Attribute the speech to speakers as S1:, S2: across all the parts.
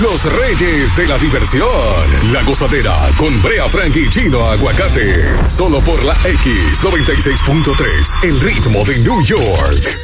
S1: Los reyes de la diversión. La gozadera con Brea Frank y Chino Aguacate. Solo por la X96.3. El ritmo de New York.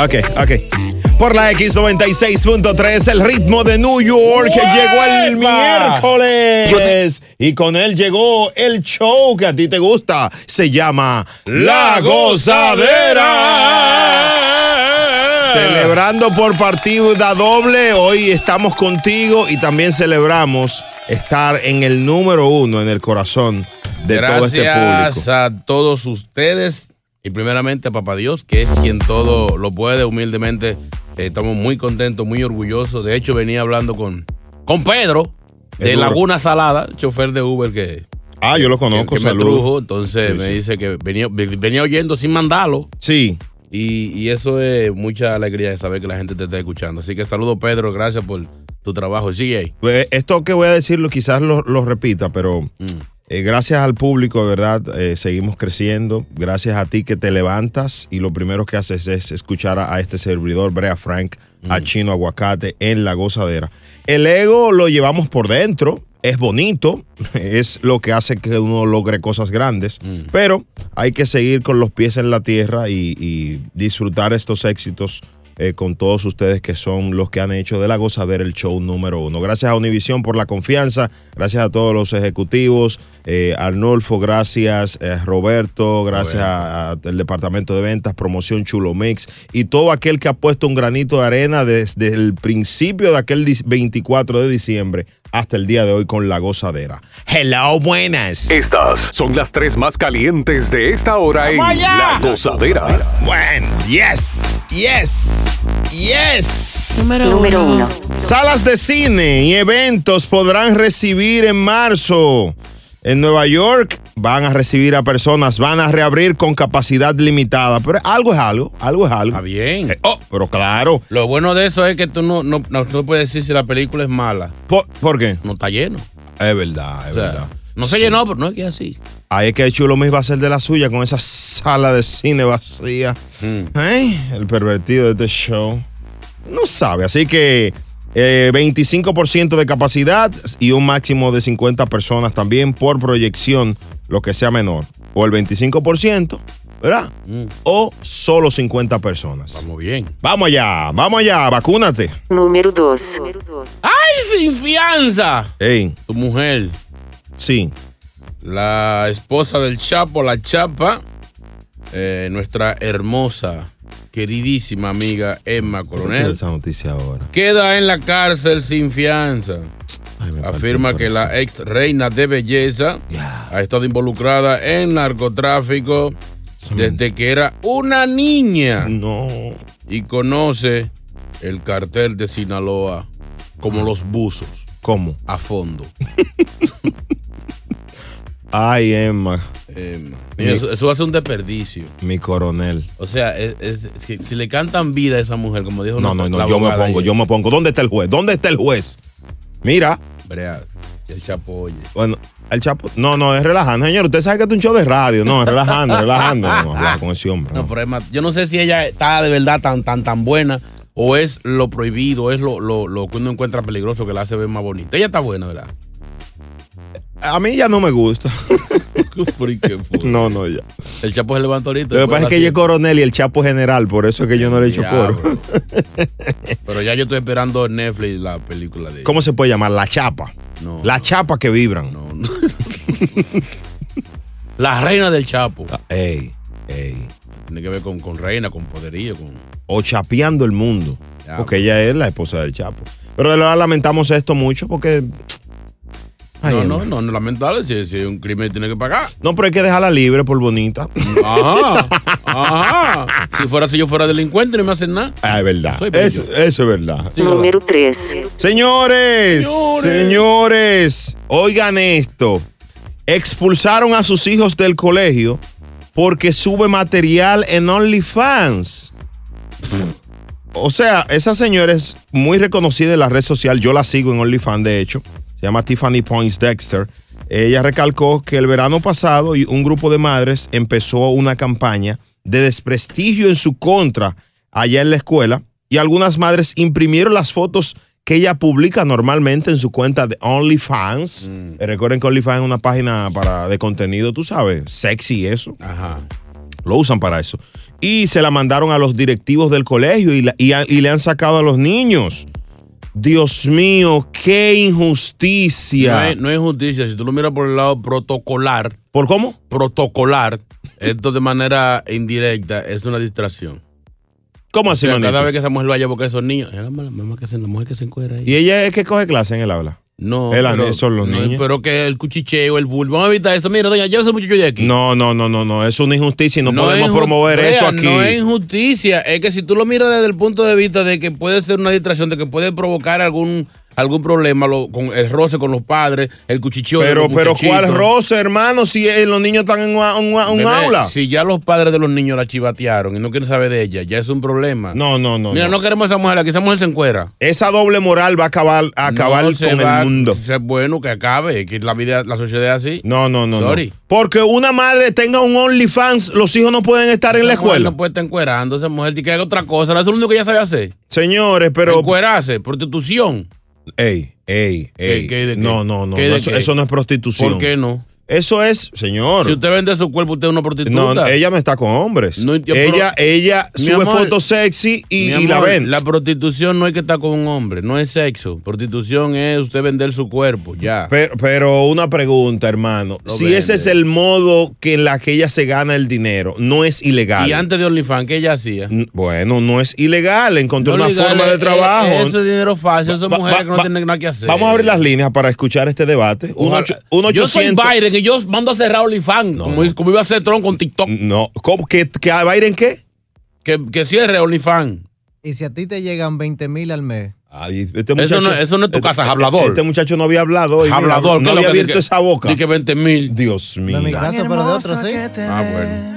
S2: Ok, ok. Por la X96.3, el ritmo de New York que llegó el miércoles. Y con él llegó el show que a ti te gusta. Se llama La Gozadera. Celebrando por partida doble, hoy estamos contigo y también celebramos estar en el número uno, en el corazón de todo
S3: Gracias
S2: este público.
S3: a todos ustedes y primeramente a Papá Dios, que es quien todo lo puede humildemente. Eh, Estamos muy contentos, muy orgullosos. De hecho, venía hablando con, con Pedro de
S2: duro.
S3: Laguna Salada, chofer de Uber que...
S2: Ah, yo lo conozco,
S3: que me
S2: saludos.
S3: trujo, entonces me dice que venía, venía oyendo sin mandarlo.
S2: Sí.
S3: Y, y eso es mucha alegría de saber que la gente te está escuchando. Así que saludos, Pedro. Gracias por tu trabajo. Sigue ahí.
S2: Pues, Esto que voy a decirlo quizás lo, lo repita, pero eh, gracias al público, de verdad, eh, seguimos creciendo. Gracias a ti que te levantas y lo primero que haces es escuchar a, a este servidor, Brea Frank, a Chino Aguacate, en la gozadera. El ego lo llevamos por dentro, es bonito, es lo que hace que uno logre cosas grandes, pero hay que seguir con los pies en la tierra y, y disfrutar estos éxitos eh, con todos ustedes que son los que han hecho de La Gozadera el show número uno. Gracias a Univisión por la confianza, gracias a todos los ejecutivos, eh, Arnulfo, gracias, eh, Roberto, gracias al Departamento de Ventas, Promoción Chulo Mix y todo aquel que ha puesto un granito de arena desde el principio de aquel dis- 24 de diciembre hasta el día de hoy con La Gozadera. Hello, buenas.
S1: Estas son las tres más calientes de esta hora en
S2: ¡Vamos
S1: La
S2: allá!
S1: Gozadera.
S2: Bueno, yes, yes, yes.
S4: Número Número uno. uno.
S2: Salas de cine y eventos podrán recibir en marzo. En Nueva York van a recibir a personas, van a reabrir con capacidad limitada. Pero algo es algo, algo es algo.
S3: Está bien.
S2: oh, pero claro.
S3: Lo bueno de eso es que tú no, no, no- no puedes decir si la película es mala.
S2: ¿Por, por qué?
S3: No está lleno.
S2: Es verdad, es
S3: O sea,
S2: verdad.
S3: No se llenó, pero no es que es así.
S2: Ahí es que Chulo Mix va a ser de la suya con esa sala de cine vacía.
S3: Hmm.
S2: Ay, El pervertido de este show. No sabe, así que eh, 25% de capacidad y un máximo de 50 personas también por proyección, lo que sea menor. O el 25%, ¿verdad? O solo 50 personas.
S3: Hmm. Vamos bien.
S2: Vamos allá, vamos allá, vacúnate.
S4: Número 2.
S3: ¡Ay, sin fianza!
S2: Ey,
S3: Tu mujer,
S2: sí,
S3: la esposa del Chapo, la Chapa, eh, nuestra hermosa, queridísima amiga Emma
S2: ¿por qué
S3: Coronel,
S2: esa noticia ahora.
S3: queda en la cárcel sin fianza.
S2: Ay, me partió
S3: Afirma
S2: el
S3: que
S2: corazón.
S3: la ex reina de belleza
S2: Ya.
S3: ha estado involucrada en narcotráfico desde que era una niña.
S2: No.
S3: y conoce el cartel de Sinaloa como los buzos
S2: Ah. ¿Cómo?
S3: a fondo.
S2: Ay, Emma,
S3: Eh, mira, eso, eso hace un desperdicio.
S2: mi coronel.
S3: O sea, es- es- es que si le cantan vida a esa mujer, como dijo
S2: No, no, no, yo me pongo, yo me pongo. ¿Dónde está el juez? ¿Dónde está el juez? Mira,
S3: el chapo oye.
S2: bueno, el Chapo. No, no, es relajando, señor. Usted sabe que esto es un show de radio. No, es relajando, relajando. No, hablar con ese hombre.
S3: No,
S2: no.
S3: pero es más, yo no sé si ella está de verdad tan, tan, tan buena o es lo prohibido, es lo, lo, lo que uno encuentra peligroso que la hace ver más bonita. Ella está buena, ¿verdad?
S2: A mí ya no me gusta.
S3: Pero, ¿qué fue?
S2: No, no, ya.
S3: El chapo se levantó ahorita.
S2: Lo que pasa es que yo es coronel y el Chapo es general, por eso es que yo no le he hecho coro.
S3: Diablo. Pero ya yo estoy esperando en Netflix la película de
S2: ¿Cómo se puede llamar? La chapa.
S3: No.
S2: La chapa que vibran.
S3: No, no. La reina del Chapo.
S2: Ah, Ey, ey.
S3: Tiene que ver con, con reina, con poderío, con.
S2: o chapeando el mundo.
S3: Ya,
S2: porque ella es la esposa del Chapo. Pero de verdad lamentamos esto mucho porque. Ay,
S3: no, no,
S2: Emma.
S3: no, no, lamentable. Si, si es un crimen tiene que pagar.
S2: No, pero hay que dejarla libre por bonita.
S3: Ajá. Ajá. Si fuera si yo fuera delincuente, no me hacen nada.
S2: Ah, es verdad.
S3: Soy bello.
S2: Eso, eso es verdad.
S3: Sí,
S4: Número 3.
S2: Señores,
S3: Señores.
S2: señores, oigan esto. Expulsaron a sus hijos del colegio porque sube material en OnlyFans. O sea, esa señora es muy reconocida en la red social. Yo la sigo en OnlyFans, de hecho. Se llama Tiffany Points Dexter. Ella recalcó que el verano pasado y un grupo de madres empezó una campaña de desprestigio en su contra allá en la escuela y algunas madres imprimieron las fotos que ella publica normalmente en su cuenta de OnlyFans.
S3: Mm.
S2: Eh, Recuerden que OnlyFans es una página para, de contenido, tú sabes, sexy y eso.
S3: Ajá.
S2: Lo usan para eso. Y se la mandaron a los directivos del colegio y, la- y a- y le han sacado a los niños. Dios mío, qué
S3: No
S2: injusticia.
S3: es, no es justicia. Si tú lo miras por el lado protocolar,
S2: ¿Por cómo?
S3: protocolar, esto de manera indirecta es una distracción.
S2: ¿Cómo así,
S3: O sea, cada
S2: manito?
S3: vez que esa mujer vaya porque esos niños. Es la, mala- la misma que se, la mujer que se encuentra ahí.
S2: Y ella es que coge clase en el habla.
S3: No,
S2: Es la- son los niños.
S3: Pero que el cuchicheo, el bulbo. Vamos a evitar eso. Mira, doña, lleva ese muchacho de aquí.
S2: No, no, no, no, no. Es una injusticia y no, podemos
S3: es ju-
S2: promover
S3: Vea,
S2: eso aquí.
S3: No es injusticia, es que si tú lo miras desde el punto de vista de que puede ser una distracción, de que puede provocar algún algún problema lo- con el roce con los padres, el cuchicheo de
S2: pero,
S3: los
S2: pero
S3: muchachitos.
S2: ¿cuál roce, hermano? Si eh, los niños están en una- un, un
S3: Bebé,
S2: aula.
S3: Si ya los padres de los niños la chivatearon y no quieren saber de ella, ya es un problema.
S2: No, no, no.
S3: Mira, no.
S2: no.
S3: queremos a esa mujer, aquí esa mujer se encuera.
S2: Esa doble moral va a acabar, a acabar
S3: No
S2: con
S3: se
S2: el
S3: va-
S2: mundo.
S3: Es bueno que acabe, que la vida, la sociedad es así.
S2: No, no, no. no.
S3: Sorry.
S2: Porque una madre tenga un OnlyFans, los hijos no pueden estar en la
S3: Esa mujer
S2: escuela.
S3: No puede estar encuerando, esa mujer tiene que hacer otra cosa, eso es lo único que ella sabe hacer.
S2: Señores, pero.
S3: Encuerarse, prostitución.
S2: Ey, ey, ey.
S3: ¿Qué, qué, de qué?
S2: No, no, no.
S3: ¿Qué,
S2: no,
S3: de
S2: eso,
S3: qué?
S2: eso no es prostitución.
S3: ¿Por qué no?
S2: Eso es, señor.
S3: Si usted vende su cuerpo, usted es una prostituta.
S2: no, ella no está con hombres.
S3: No, yo, pero-
S2: ella, ella
S3: Mi
S2: sube
S3: amor,
S2: fotos sexy y,
S3: Mi
S2: y la
S3: amor,
S2: ven.
S3: La prostitución no es que está con un hombre, no es sexo. Prostitución es usted vender su cuerpo, ya.
S2: Pero, pero una pregunta, hermano.
S3: Lo
S2: si
S3: vende.
S2: ese es el modo que en la que ella se gana el dinero, no es ilegal.
S3: y antes de OnlyFans, ¿qué ella hacía?
S2: N- Bueno, no es ilegal. Encontró una
S3: Legal,
S2: forma de
S3: eh,
S2: trabajo.
S3: eh, Eso es dinero fácil, eso son
S2: Va-
S3: mujeres
S2: va-
S3: que no
S2: va-
S3: tienen nada que hacer.
S2: Vamos a abrir las líneas para escuchar este debate. Un
S3: Ojalá-
S2: ocho- un
S3: Yo soy
S2: 800.
S3: Biden y yo mando a cerrar OnlyFans, como, como iba a hacer Tron con TikTok.
S2: No, ¿cómo? ¿Qué, qué, a Biden qué?
S3: Que, que cierre OnlyFans.
S5: Y si a ti te llegan 20 mil al mes,
S2: Ay, este
S3: Eso no- eso no es tu
S2: este-
S3: casa, hablador.
S2: Este muchacho no había hablado. hoy, mira,
S3: Hablador, ¿qué es
S2: no
S3: lo
S2: había
S3: que
S2: abierto
S3: di que-
S2: esa boca.
S3: di que 20 mil.
S2: Dios mío.
S5: no es mi caso, pero de otros sí.
S2: Ah, bueno.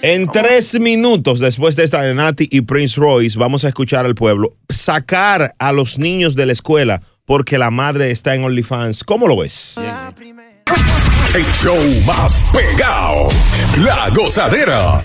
S2: En tres minutos después de esta de Nati y Prince Royce, vamos a escuchar al pueblo sacar a los niños de la escuela porque la madre está en OnlyFans. ¿Cómo lo ves?
S1: El show más pegado. La gozadera.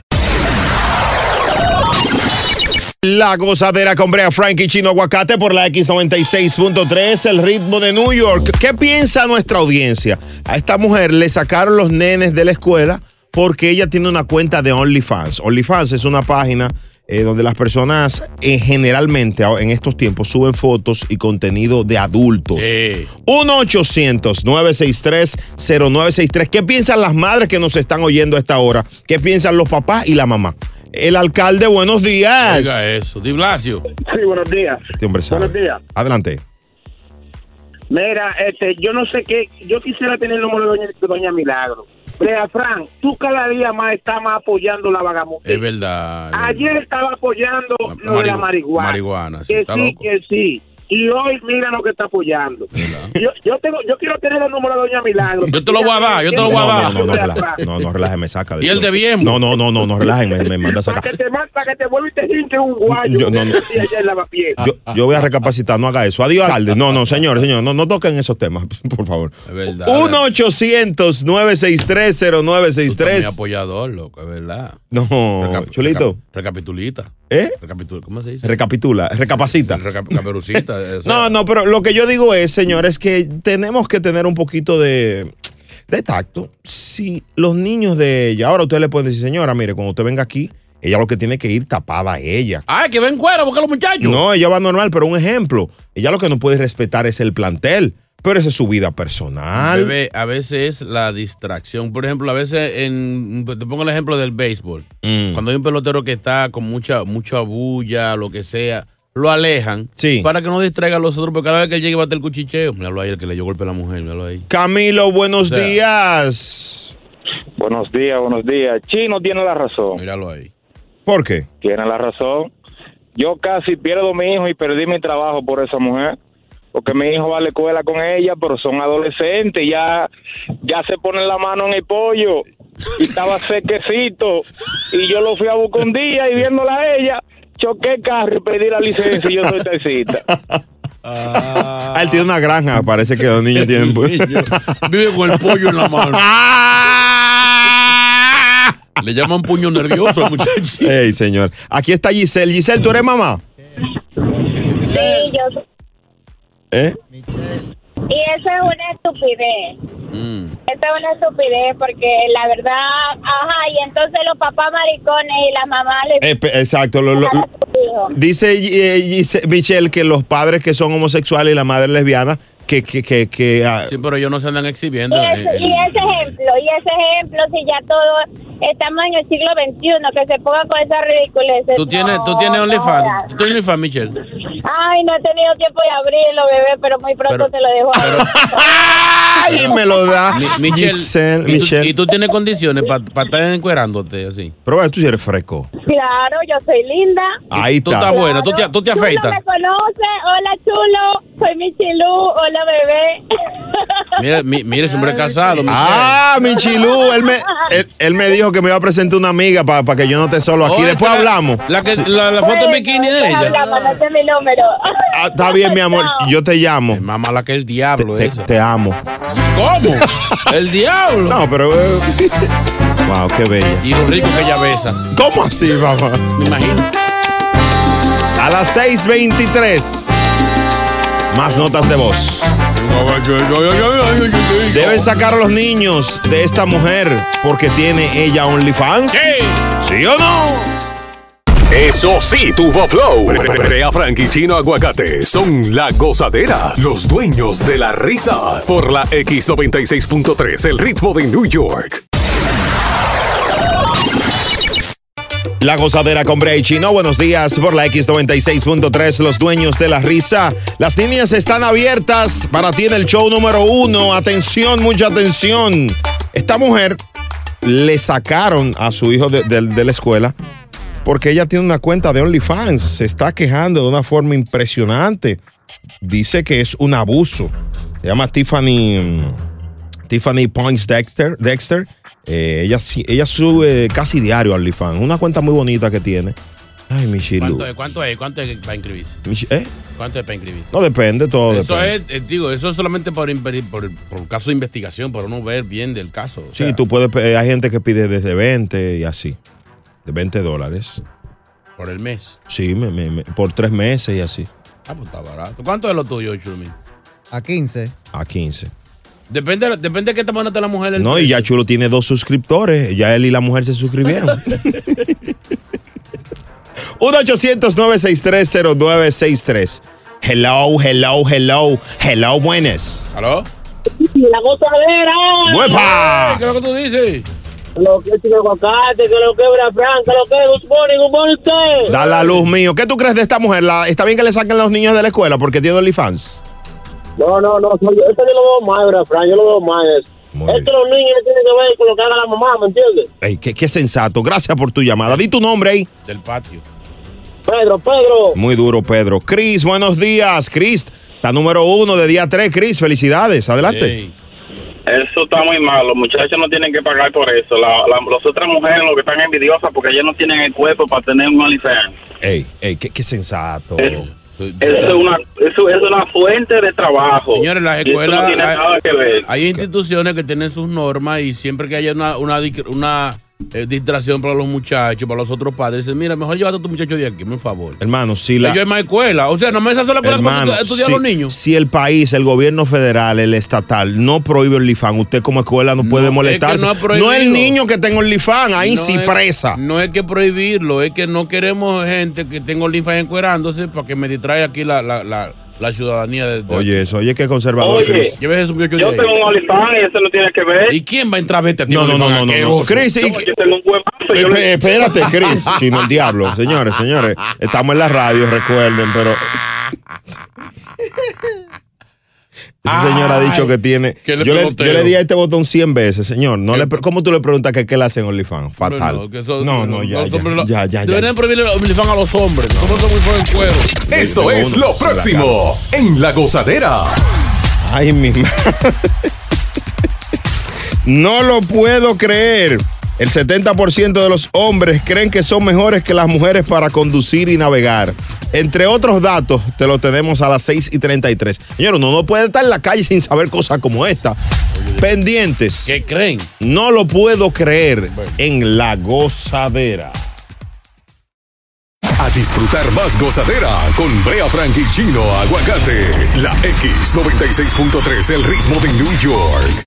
S2: La gozadera con Brea Frank y Chino Aguacate por la X96.3, el ritmo de New York. ¿Qué piensa nuestra audiencia? A esta mujer le sacaron los nenes de la escuela porque ella tiene una cuenta de OnlyFans. OnlyFans es una página eh, donde las personas eh, generalmente ah, en estos tiempos suben fotos y contenido de adultos.
S3: Sí.
S2: 1-800-963-0963. ¿Qué piensan las madres que nos están oyendo a esta hora? ¿Qué piensan los papás y la mamá? El alcalde, buenos días.
S3: Oiga eso. Di Blasio.
S6: Sí, buenos días.
S2: Este hombre sabe.
S6: Buenos días.
S2: Adelante.
S6: Mira, este, yo no sé qué, yo quisiera tener el número de doña, de doña Milagro. Brea Fran, tú cada día más estás más apoyando la vagamundi.
S3: Es verdad.
S6: Ayer estaba apoyando
S3: La-
S6: lo de la
S3: marihu-
S6: marihuana.
S3: marihuana, sí,
S6: que
S3: está
S6: sí,
S3: loco.
S6: que sí. Y hoy mira lo que está apoyando. Yo, yo, tengo, yo quiero tener el número de doña Milagro.
S3: Yo te lo voy a dar, yo te lo voy a
S2: No,
S3: Guabá.
S2: no, no, no,
S6: Brea
S2: relaja-
S6: Fran,
S2: no, no, relájeme, saca.
S3: Y el de bien.
S2: No, no, no, no, no, relájeme, me manda a
S6: Para
S2: sacar.
S6: que te ma- para que te vuelva y te hinche un guayo.
S2: Yo- no, no.
S6: Y ayer lavapiés.
S2: Yo, yo voy a recapacitar, no haga eso. Adiós, alcalde. No, no, señor, señor, no, no toquen esos temas, por favor.
S3: Es verdad. Tú también
S2: 1-800-963-0963.
S3: apoyador, loco, es verdad.
S2: No,
S3: Recap-
S2: chulito.
S3: recap- recapitulita.
S2: ¿Eh?
S3: Recapitul ¿Cómo se dice?
S2: Recapitula, recapacita.
S3: Recap- caperucita. eh, o sea,
S2: No, no, pero lo que yo digo es, señores, que tenemos que tener un poquito de, de tacto. Si los niños de ella, ahora ustedes le pueden decir, señora, mire, cuando usted venga aquí, ella lo que tiene que ir tapada ella.
S3: Ay, que ven cuero, porque los muchachos.
S2: No, ella va normal, pero un ejemplo, ella lo que no puede respetar es el plantel, pero esa es su vida personal.
S3: Bebé, a veces es la distracción. Por ejemplo, a veces en. Te pongo el ejemplo del béisbol.
S2: Mm.
S3: Cuando hay un pelotero que está con mucha, mucha bulla, lo que sea, lo alejan.
S2: Sí.
S3: Para que no distraiga a los otros, porque cada vez que él llegue va a tener el cuchicheo. Míralo ahí, el que le dio golpe a la mujer, míralo ahí.
S2: Camilo, buenos
S3: O sea-
S2: días.
S7: Buenos días, buenos días. Chino tiene la razón,
S3: Míralo ahí.
S2: ¿Por qué?
S7: tiene la razón. Yo casi pierdo mi hijo y perdí mi trabajo por esa mujer, porque mi hijo va a la escuela con ella, pero son adolescentes, ya, ya se ponen la mano en el pollo y estaba sequecito y yo lo fui a buscar un día y viéndola a ella. choqué el carro y pedí la licencia y yo soy taxista.
S2: Ah, él tiene una granja, parece que los niños tienen.
S3: Vive con el pollo en la mano. Le llaman puño nervioso al muchacho.
S2: Ey, señor. Aquí está Giselle. Giselle, ¿tú eres mamá?
S8: Sí, yo.
S2: ¿Eh?
S8: Y eso es una estupidez.
S3: Mm.
S8: Eso es una estupidez porque la verdad, ajá, y entonces los papás maricones y las mamás les
S2: Espe- Eh, Exacto. lo- lo-
S8: dan a sus hijos.
S2: dice eh, Gise- Michelle que los padres que son homosexuales y la madre lesbiana, que, que, que, que, ah,
S3: Sí, pero ellos no se andan exhibiendo. Eh,
S8: Y ese,
S3: El-
S8: y ese ejemplo, y ese ejemplo, si ya todo estamos en el siglo XXI, que se ponga con esas ridiculeces.
S3: Tú tienes, tú
S8: No,
S3: tienes
S8: no
S3: OnlyFans.
S8: jodas.
S3: Tú tienes OnlyFans, Michelle.
S8: Ay, no he tenido tiempo de abrirlo, bebé, pero muy pronto
S3: Pero-
S8: te lo dejo. abrir.
S2: ¡Ay, me lo da!
S3: Mi- Michelle,
S2: Giselle,
S3: ¿y, tú-
S2: Michelle.
S3: y Tú, tienes condiciones para estar encuerándote así.
S2: Pero bueno, tú sí eres fresco.
S8: Claro, yo soy linda.
S2: Ahí
S3: Tú
S2: está.
S3: estás bueno, tú te,
S8: Claro.
S3: tú te
S8: Chulo
S3: afeitas.
S8: me conoce. Hola, chulo. Soy Michilú. Hola, bebé.
S3: Mira, mi- mira, ese hombre es casado. Michelle.
S2: Ah, Michilú, él me, él, él me dijo que me iba a presentar una amiga para que yo no esté solo aquí.
S3: Oh,
S2: Después
S3: esa-
S2: hablamos.
S3: La, que, la, la foto en bikini de
S8: Bueno,
S3: ella.
S8: Hablamos, no sé mi número.
S2: Ah, está bien, mi amor,
S8: No.
S2: yo te llamo.
S3: Es más mala que el diablo
S2: Te,
S3: esa.
S2: te amo.
S3: ¿Cómo? El diablo.
S2: No, pero. eh, Wow, qué bella.
S3: Y lo rico que ella besa.
S2: ¿Cómo así, papá?
S3: Me imagino.
S2: A las 6:23. Más notas de voz. Deben sacar a los niños de esta mujer porque tiene ella OnlyFans. ¿Sí o no?
S1: Eso sí, tuvo flow. Brea Frank y Chino Aguacate son la gozadera, los dueños de la risa. Por la X96.3, el ritmo de New York.
S2: La gozadera con Brea y Chino. Buenos días por la X96.3, los dueños de la risa. Las líneas están abiertas para ti en el show número uno. Atención, mucha atención. Esta mujer le sacaron a su hijo de, de- de la escuela porque ella tiene una cuenta de OnlyFans. Se está quejando de una forma impresionante. Dice que es un abuso. Se llama Tiffany. mm, Tiffany Points Dexter. Dexter. Eh, ella, sí- ella sube casi diario a OnlyFans. Una cuenta muy bonita que tiene. Ay, Michilu.
S3: ¿Cuánto es? ¿Cuánto es? ¿Cuánto es para inscribirse?
S2: Mich- ¿Eh? Oh,
S3: ¿Cuánto es para inscribirse?
S2: No depende, todo
S3: eso
S2: depende.
S3: es, eh, digo, eso es solamente por, imper- por, por caso de investigación, para uno ver bien del caso. o
S2: Sí,
S3: sea,
S2: tú puedes. pe- Hay gente que pide desde 20 y así. De 20 dólares.
S3: Por el mes.
S2: Sí, me- me- me- por tres meses y así.
S3: Ah, pues está barato. ¿Cuánto es lo tuyo, Chulmin?
S5: A 15.
S2: A 15.
S3: Depende, depende de qué tamaño está la mujer. el
S2: No, y
S3: precio.
S2: ya Chulo tiene dos suscriptores. Ya él y la mujer se suscribieron. 1-800-963-0963. Hello, hello, hello. Hello, buenas.
S3: ¿Aló?
S9: La gozadera.
S3: Ey,
S2: ¡Huepa!
S3: ¿Qué es lo que tú dices?
S9: Lo que es un aguacate, que lo quebra Frank, que lo que es un morning, un morning usted.
S2: Da la luz mío. ¿Qué tú crees de esta mujer? La- ¿Está bien que le saquen los niños de la escuela porque tiene OnlyFans?
S9: No, no, no, soy yo. este Esto yo lo veo mal, ¿verdad, Frank, yo lo veo mal. Esto
S2: Muy bien.
S9: los niños no tienen que ver con lo que haga la mamá, ¿me entiendes?
S2: Ey, qué, qué sensato. Gracias por tu llamada. Di tu nombre ahí.
S3: Del patio.
S9: Pedro, Pedro.
S2: Muy duro, Pedro. Cris, buenos días. Cris, está número uno de día tres. Cris, felicidades. Adelante.
S3: Ey.
S7: Eso está muy mal. Los muchachos no tienen que pagar por eso. La, la- las otras mujeres lo que están envidiosas porque ellas no tienen el cuerpo para tener un OnlyFans.
S2: Ey, ey, qué, qué sensato.
S7: Eh. Eso es una, eso es una fuente de trabajo.
S3: Señores, las
S7: Y eso
S3: escuelas-
S7: no tiene
S3: hay-
S7: nada que ver.
S3: Hay instituciones que tienen sus normas y siempre que haya una, una, dic- una, eh, distracción para los muchachos, para los otros padres, dicen, mira, mejor llévate a tu muchacho de aquí, por favor.
S2: Hermano, si la.
S3: Ellos es más escuela. O sea, no me esa sola escuela
S2: Hermano,
S3: cuando estudian
S2: si,
S3: los niños.
S2: si el país, el gobierno federal, el estatal no prohíbe OnlyFans, usted como escuela no puede
S3: es que
S2: molestarse.
S3: no ha
S2: no, es
S3: prohibido.
S2: el niño que tenga OnlyFans, ahí
S3: No
S2: sí
S3: es-
S2: presa.
S3: No es que prohibirlo, es que no queremos gente que tenga OnlyFans encuerándose para que me distraiga aquí la, la, la, la ciudadanía. De, de-
S2: Oye, eso, oye, qué conservador,
S7: Oye.
S2: Cris.
S3: Llévese su muchacho
S7: Yo
S3: de
S7: tengo
S3: ahí.
S7: un OnlyFans y eso no tiene que ver.
S3: ¿Y quién va a este entrar a verte a ti?
S2: No, no, no,
S3: OnlyFans,
S2: no, no, no.
S3: asqueroso?
S2: Cris, y-
S7: Yo
S10: este
S7: tengo un huevazo. Yo
S2: Espe-
S7: le-
S2: espérate, Chris. Chino el diablo. Señores, señores. Estamos en la radio, recuerden, pero. Ese señor ha dicho que tiene.
S3: qué le
S2: yo, le,
S3: peloteo.
S2: yo le di a este botón 100 veces, señor. No
S3: ¿Qué?
S2: le pre- ¿Cómo tú le preguntas que qué le hacen OnlyFans?
S3: Hombre,
S2: Fatal.
S3: que eso-
S2: no, no, ya.
S3: los hombres lo-
S2: ya, ya, ya,
S3: Deberían prohibirle el OnlyFans a los hombres. Somos los hombres fuera del cuero.
S1: Esto es lo próximo en La Gozadera.
S2: Ay, mi madre. No lo puedo creer. El 70% de los hombres creen que son mejores que las mujeres para conducir y navegar. Entre otros datos, te lo tenemos a las 6 y 33. Señor, uno no puede estar en la calle sin saber cosas como esta. Pendientes.
S3: ¿Qué creen?
S2: No lo puedo creer en la gozadera.
S1: A disfrutar más gozadera con Brea Frank y Chino Aguacate. La X96.3, el ritmo de New York.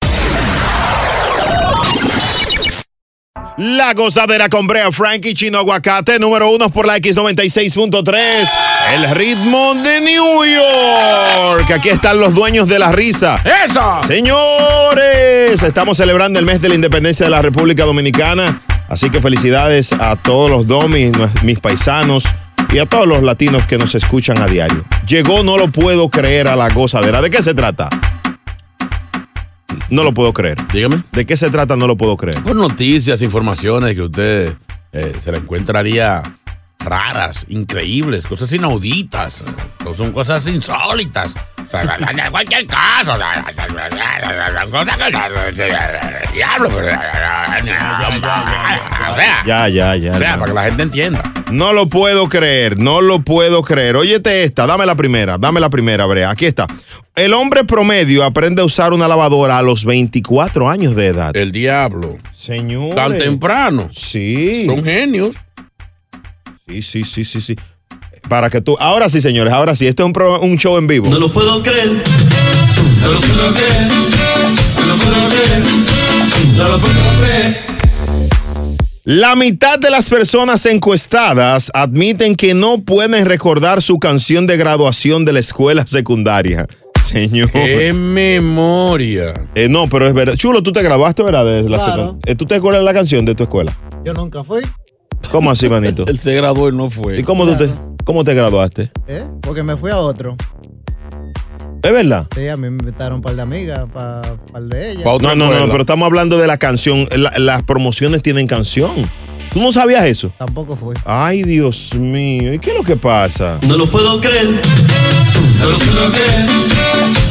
S2: La gozadera con Brea Frankie Chino Aguacate, número uno por la X96.3. El ritmo de New York. Aquí están los dueños de la risa.
S3: ¡Eso!
S2: Señores, estamos celebrando el mes de la independencia de la República Dominicana. Así que felicidades a todos los domis, nue- mis paisanos y a todos los latinos que nos escuchan a diario. Llegó, no lo puedo creer, a la gozadera. ¿De qué se trata? No lo puedo creer.
S3: Dígame.
S2: ¿De qué se trata? No lo puedo creer.
S3: Por noticias, informaciones que usted eh, se la encontraría raras, increíbles, cosas inauditas, no son cosas insólitas. Cualquier caso, cosas que diablo. O sea,
S2: Ya, ya, ya.
S3: o sea,
S2: ya.
S3: para que la gente entienda.
S2: No lo puedo creer, no lo puedo creer. Óyete esta, dame la primera, dame la primera, Brea. Aquí está. El hombre promedio aprende a usar una lavadora a los 24 años de edad.
S3: El diablo,
S2: Señor.
S3: Eh, tan temprano,
S2: Sí.
S3: son genios.
S2: Sí, sí, sí, sí, sí. Para que tú. Ahora sí, señores, ahora sí. Esto es un, pro- un show en vivo.
S11: lo puedo creer. No lo puedo creer. No lo puedo creer. No lo puedo creer.
S2: La mitad de las personas encuestadas admiten que no pueden recordar su canción de graduación de la escuela secundaria. Señor.
S3: ¡Qué memoria!
S2: Eh, no, pero es verdad. Chulo, tú te graduaste, ¿verdad? De la
S5: Claro.
S2: secund- Eh, ¿Tú te acuerdas la canción de tu escuela?
S5: Yo nunca fui,
S2: ¿Cómo así, manito?
S3: Él se graduó y no
S2: ¿Y
S3: fue.
S2: cómo tú te, cómo te graduaste?
S5: ¿eh? Porque me fui a otro.
S2: ¿Es verdad?
S5: Sí, a mí me invitaron un par de amigas, pa, par de ellas.
S3: Pa' otra
S2: No, no, no,
S3: escuela.
S2: pero estamos hablando de la canción. La- las promociones tienen canción. ¿Tú no sabías eso?
S5: Tampoco fui.
S2: Ay, Dios mío. ¿Y qué es lo que pasa?
S11: No lo puedo creer. No lo puedo creer.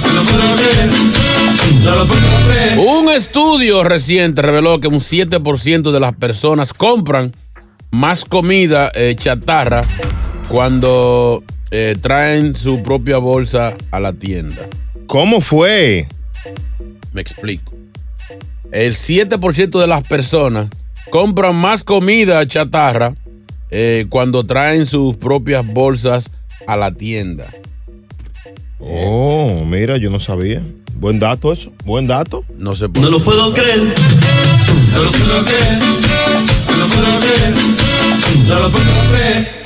S11: No lo puedo creer. No lo puedo creer.
S3: Un estudio reciente reveló que un 7% de las personas compran más comida eh, chatarra cuando eh, traen su propia bolsa a la tienda.
S2: ¿Cómo fue?
S3: Me explico. El 7% de las personas compran más comida chatarra eh, cuando traen sus propias bolsas a la tienda.
S2: Oh, mira, yo no sabía. Buen dato eso. Buen dato.
S3: No sé
S11: No
S3: por
S11: lo puedo creer. No lo puedo creer. No lo puedo creer. No lo puedo creer.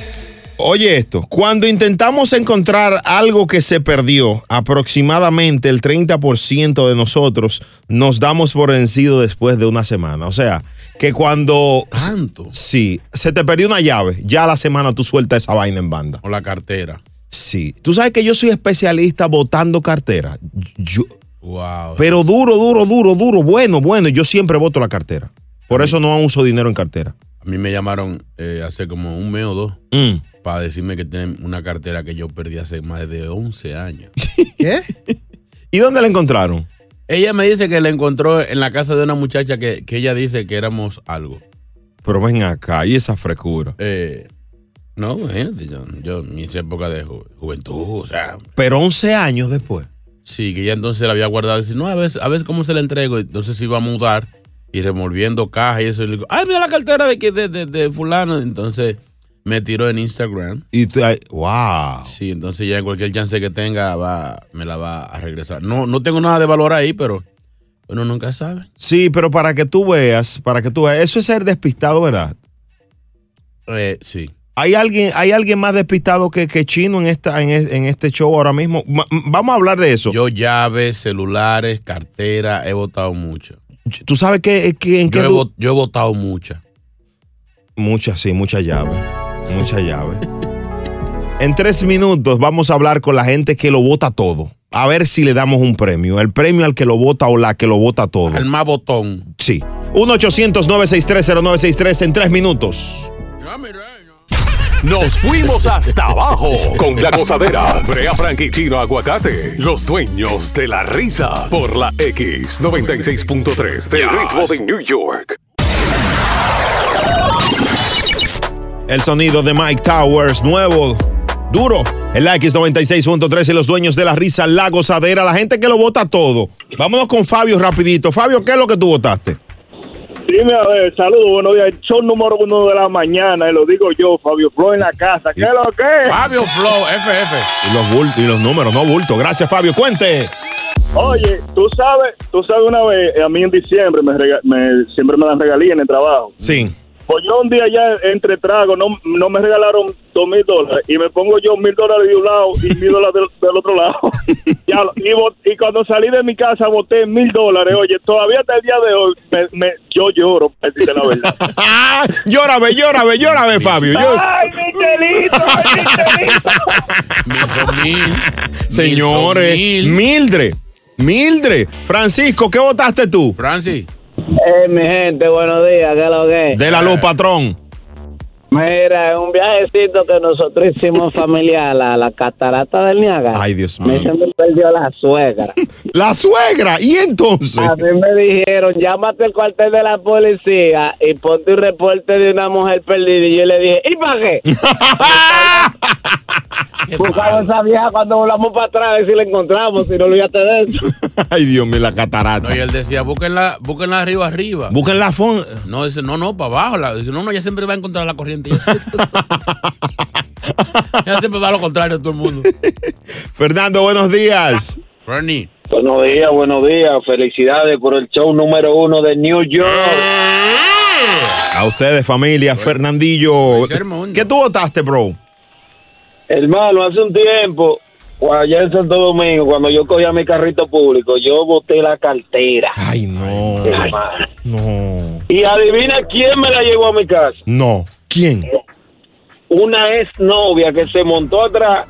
S2: Oye esto, cuando intentamos encontrar algo que se perdió, aproximadamente el 30% de nosotros nos damos por vencido después de una semana. O sea, que cuando...
S3: tanto.
S2: Sí, se te perdió una llave, ya la semana tú sueltas esa vaina en banda.
S3: O la cartera.
S2: Sí, tú sabes que yo soy especialista botando cartera. Yo-
S3: Wow.
S2: pero duro, duro, duro, duro, bueno, bueno, yo siempre boto la cartera. Por eso no uso dinero en cartera.
S3: A mí me llamaron eh, hace como un mes o dos.
S2: Mm.
S3: para decirme que tienen una cartera que yo perdí hace más de 11 años.
S5: ¿Qué?
S2: ¿Y dónde la encontraron?
S3: ella me dice que la encontró en la casa de una muchacha que, que ella dice que éramos algo.
S2: Pero ven acá, y esa frescura.
S3: Eh, no, imagínate, yo, yo en mis épocas de ju- juventud, o sea,
S2: Pero 11 años después.
S3: sí, que ella entonces la había guardado. Dice, no, a ver, a ver cómo se la entrego. Entonces se iba a mudar y revolviendo cajas y eso. Y le digo, ay, mira la cartera de, que- de, de, de fulano. Entonces me tiró en Instagram.
S2: Y tú, ay, wow.
S3: Sí, entonces ya en cualquier chance que tenga va, me la va a regresar. No, no tengo nada de valor ahí, pero uno nunca sabe.
S2: Sí, pero para que tú veas, para que tú veas, eso es ser despistado, ¿verdad?
S3: Eh, sí.
S2: ¿Hay alguien, hay alguien más despistado que, que Chino en, esta, en, es- en este show ahora mismo? Ma- m- vamos a hablar de eso.
S3: Yo llaves, celulares, cartera, he votado mucho.
S2: ¿Tú sabes qué, eh, qué- en qué
S3: Yo he,
S2: du-
S3: vo- yo he votado mucha.
S2: Muchas, sí, muchas llaves. Muchas llaves. En tres minutos vamos a hablar con la gente que lo vota todo. A ver si le damos un premio. El premio al que lo vota o la que lo vota todo.
S3: Al más botón.
S2: Sí. 1-800-963-0963 en tres minutos.
S1: Nos fuimos hasta abajo con la gozadera. Brea Frank y Chino Aguacate, los dueños de la risa. Por la X96.3, el ritmo de New York.
S2: El sonido de Mike Towers, nuevo, duro. El X96.3 y los dueños de la risa, la gozadera, la gente que lo vota todo. Vámonos con Fabio rapidito. Fabio, ¿qué es lo que tú votaste?
S10: Dime a ver, saludos, buenos días. El show número uno de la mañana, y lo digo yo, Fabio Flo en la casa. ¿Qué es lo que?
S3: Fabio Flow, FF.
S2: Y los bultos, y los números, no bulto. Gracias, Fabio. Cuente.
S10: Oye, tú sabes, tú sabes una vez, eh, a mí en diciembre me rega- me- siempre me dan regalías en el trabajo.
S2: Sí.
S10: Pues yo un día ya entre tragos no, no me regalaron dos mil dólares y me pongo yo mil dólares de un lado y mil dólares del, del otro lado. Ya lo- y, bot- y cuando salí de mi casa boté mil dólares. Oye, todavía hasta el día de hoy me- me- yo lloro, para decirte la verdad.
S2: Llora, ve, llora, ve, llora, ve, Fabio. Yo-
S7: Ah.
S12: ¡Ay, Michelito, Michelito!
S2: Señores, Mildred, Mildred. Francisco, ¿qué votaste tú? Francis.
S13: Eh, mi gente, buenos días, ¿qué es lo que es?
S2: De la luz, patrón.
S13: Mira, un viajecito que nosotros hicimos familiar a la, la catarata del Niágara. Ay,
S2: Dios
S13: mío. se me perdió la suegra.
S2: ¿La suegra? ¿Y entonces?
S13: Así me dijeron, llámate al cuartel de la policía y ponte un reporte de una mujer perdida. Y yo le dije, ¿y para qué? Buscamos esa vieja cuando volamos para atrás, a ver si la encontramos, si no olvídate de eso.
S2: Ay, Dios mío, la catarata.
S3: No, y él decía, búsquenla, búsquenla arriba, arriba.
S2: Busquen la fon.
S3: No, dice, no, no, para abajo. La- dice, no, no, ya siempre va a encontrar la corriente. Ya, ya siempre va a lo contrario de todo el mundo.
S2: Fernando, buenos días.
S3: Bernie.
S7: Buenos días, buenos días. Felicidades por el show número uno de New
S2: Eh.
S7: York.
S2: A ustedes, familia. Fernandillo. ¿Qué tú votaste, bro?
S7: Hermano, hace un tiempo, o allá en Santo Domingo, cuando yo cogía mi carrito público, yo boté la cartera.
S2: Ay, no.
S7: Hermano.
S2: No.
S7: Y adivina quién me la llevó a mi casa.
S2: No. ¿Quién?
S7: Una ex novia que se montó atrás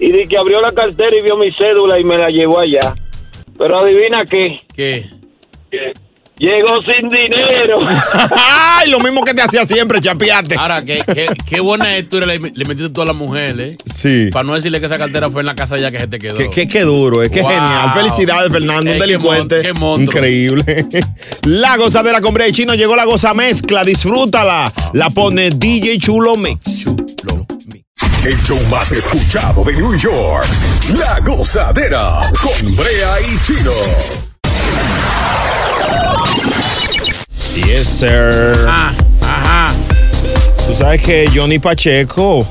S7: y de que abrió la cartera y vio mi cédula y me la llevó allá. Pero adivina qué.
S3: ¿Qué?
S7: Llegó sin dinero.
S2: Ay, lo mismo que te hacía siempre, chapiate.
S3: Ahora, qué, qué, qué buena historia le, le metiste tú a la mujer, ¿eh?
S2: Sí.
S3: Para no decirle que esa cartera fue en la casa ya que se te quedó.
S2: Qué, qué- qué duro, es que
S3: Wow.
S2: genial. Felicidades, Fernando, un
S3: Eh, qué
S2: delincuente.
S3: mon- qué monstruo.
S2: Increíble. La gozadera con Brea y Chino llegó la goza mezcla, disfrútala. La pone DJ Chulo Mix.
S1: El show más escuchado de New York. La gozadera con Brea y Chino.
S2: Yes, sir.
S3: Ah, Ajá.
S2: Tú sabes que Johnny Pacheco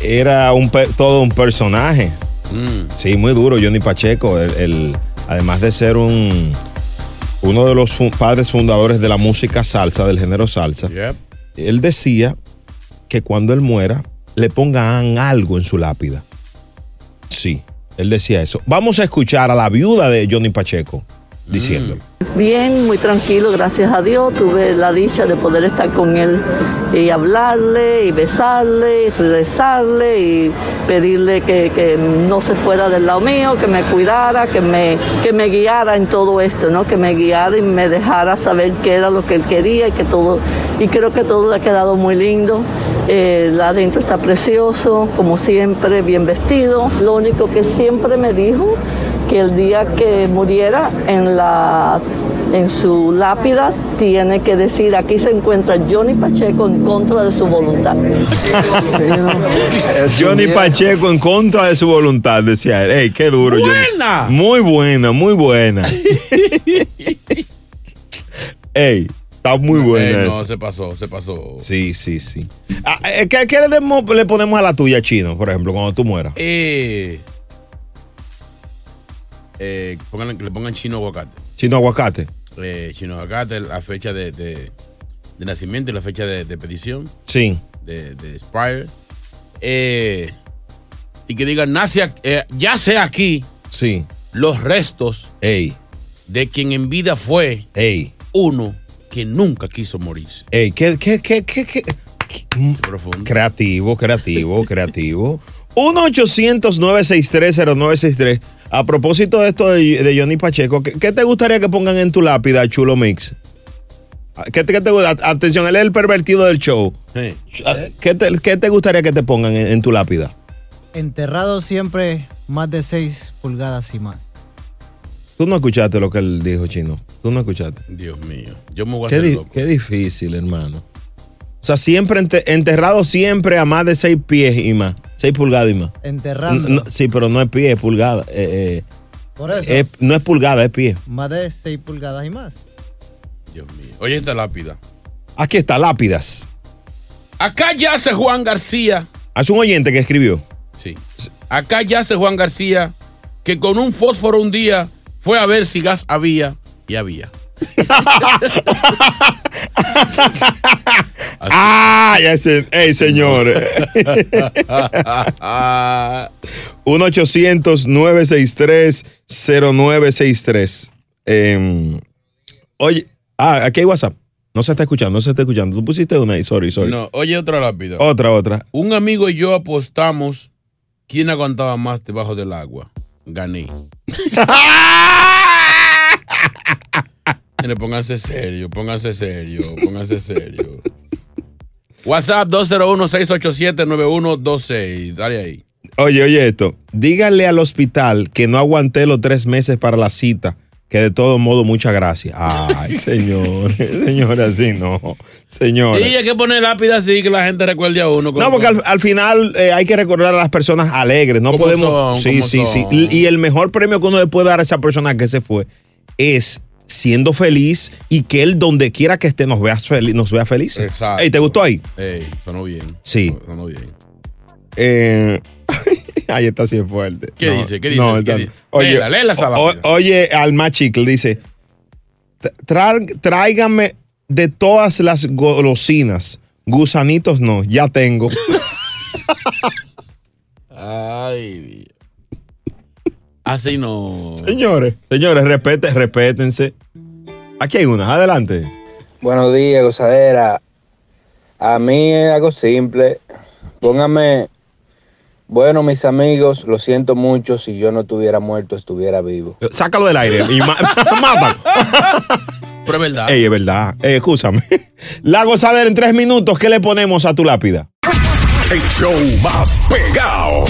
S2: era un per- todo un personaje. Sí, muy duro, Johnny Pacheco. El, el- además de ser un, uno de los fu- padres fundadores de la música salsa, del género salsa, él decía que cuando él muera le pongan algo en su lápida. Sí, él decía eso. Vamos a escuchar a la viuda de Johnny Pacheco diciéndolo.
S14: Bien, muy tranquilo, gracias a Dios. Tuve la dicha de poder estar con él y hablarle y besarle y rezarle y pedirle que, que no se fuera del lado mío, que me cuidara, que me, que me guiara en todo esto, ¿no? Que me guiara y me dejara saber qué era lo que él quería y que todo, y creo que todo le ha quedado muy lindo. El adentro está precioso, como siempre, bien vestido. Lo único que siempre me dijo que el día que muriera en la en su lápida tiene que decir aquí se encuentra Johnny Pacheco en contra de su voluntad.
S2: Johnny Pacheco en contra de su voluntad, decía él. ¡Ey, qué duro! Johnny.
S3: Buena.
S2: Muy buena, muy buena. ¡Ey, está muy buena
S3: Eh,
S2: esa.
S3: no, se pasó, se pasó.
S2: Sí, sí, sí. Ah, eh, ¿Qué, qué le, demo- le ponemos a la tuya, Chino, por ejemplo, cuando tú mueras?
S3: Eh, eh, pónganle- que le pongan chino aguacate.
S2: Chino aguacate.
S3: Eh, chino aguacate, la fecha de, de- de nacimiento y la fecha de, de petición,
S2: Sí.
S3: de, de expire. Eh, y que digan, nace ac- eh, ya sea aquí
S2: Sí.
S3: los restos de quien en vida fue uno que nunca quiso morirse.
S2: Ey, ¿qué, qué, qué, qué, qué? Creativo, creativo, creativo. 1-800-963-0963. A propósito de esto de, de Johnny Pacheco, ¿qué, qué te gustaría que pongan en tu lápida, Chulo Mix? Ah, ¿Qué te, qué te gu- atención, él es el pervertido del show. Ah, ¿Qué te, qué te gustaría que te pongan en, en tu lápida?
S5: Enterrado siempre más de 6 pulgadas y más.
S2: Tú no escuchaste lo que él dijo, chino. Tú no escuchaste.
S3: Dios mío. Yo me voy a
S2: Qué,
S3: hacer
S2: di-
S3: loco.
S2: qué difícil, hermano. O sea, siempre ente- enterrado siempre a más de 6 pies y más. 6 pulgadas y más.
S5: Enterrando.
S2: N- no, Eh. sí, pero no es pie, es pulgada. eh, eh,
S5: Por eso.
S2: es- no es pulgada, es pie.
S5: Más de 6 pulgadas y más.
S3: Oye, esta lápida.
S2: Aquí está, lápidas.
S3: Acá yace Juan García.
S2: Hace un oyente que escribió.
S3: Sí. Acá yace Juan García, que con un fósforo un día fue a ver si gas había y había.
S2: ¡Ah! Ya se, ¡Ey, señor! 1-800-963-0963. Em, oye, ah, aquí hay WhatsApp. No se está escuchando, no se está escuchando. Tú pusiste una ahí, sorry, sorry.
S3: No, oye, otra lápida.
S2: Otra, otra.
S3: Un amigo y yo apostamos quién aguantaba más debajo del agua. Gané. Mire, pónganse serio, pónganse serio, pónganse serio. WhatsApp 201-687-9126. Dale ahí.
S2: Oye, oye esto. Díganle al hospital que no aguanté los tres meses para la cita, que de todo modo, muchas gracias. Ay, señor, señor, así no. Señor.
S3: Y hay que poner lápida así que la gente recuerde a uno.
S2: No, porque al, al final eh, hay que recordar a las personas alegres. No
S3: ¿Cómo
S2: podemos.
S3: son?
S2: sí,
S3: ¿Cómo
S2: sí,
S3: son?
S2: sí. Y el mejor premio que uno le puede dar a esa persona que se fue es siendo feliz y que él donde quiera que esté nos vea feliz, nos vea felices.
S3: Exacto.
S2: Ey, ¿te gustó ahí?
S3: Ey, sonó bien.
S2: Sí.
S3: Sonó bien.
S2: Eh, ahí está así es fuerte.
S3: ¿Qué dice? ¿Qué dice? ¿Qué
S2: está-
S3: dice?
S2: Oye,
S3: Léela, léela esa
S2: o-
S3: lápida.
S2: oye, Alma Chicle dice: "Tra- tráigame de todas las golosinas. Gusanitos no, ya tengo.
S3: Ay, Dios. Así no.
S2: Señores, Ah, señores, respeten, respétense. Aquí hay una, adelante.
S15: Buenos días, gozadera. A mí es algo simple. Póngame, bueno, mis amigos, lo siento mucho, si yo no estuviera muerto, estuviera vivo.
S2: Sácalo del aire y ma- mátalo.
S3: Pero es verdad.
S2: Ey, es verdad. Ey, escúchame. La gozadera en tres minutos, ¿qué le ponemos a tu lápida?
S1: El show más pegado.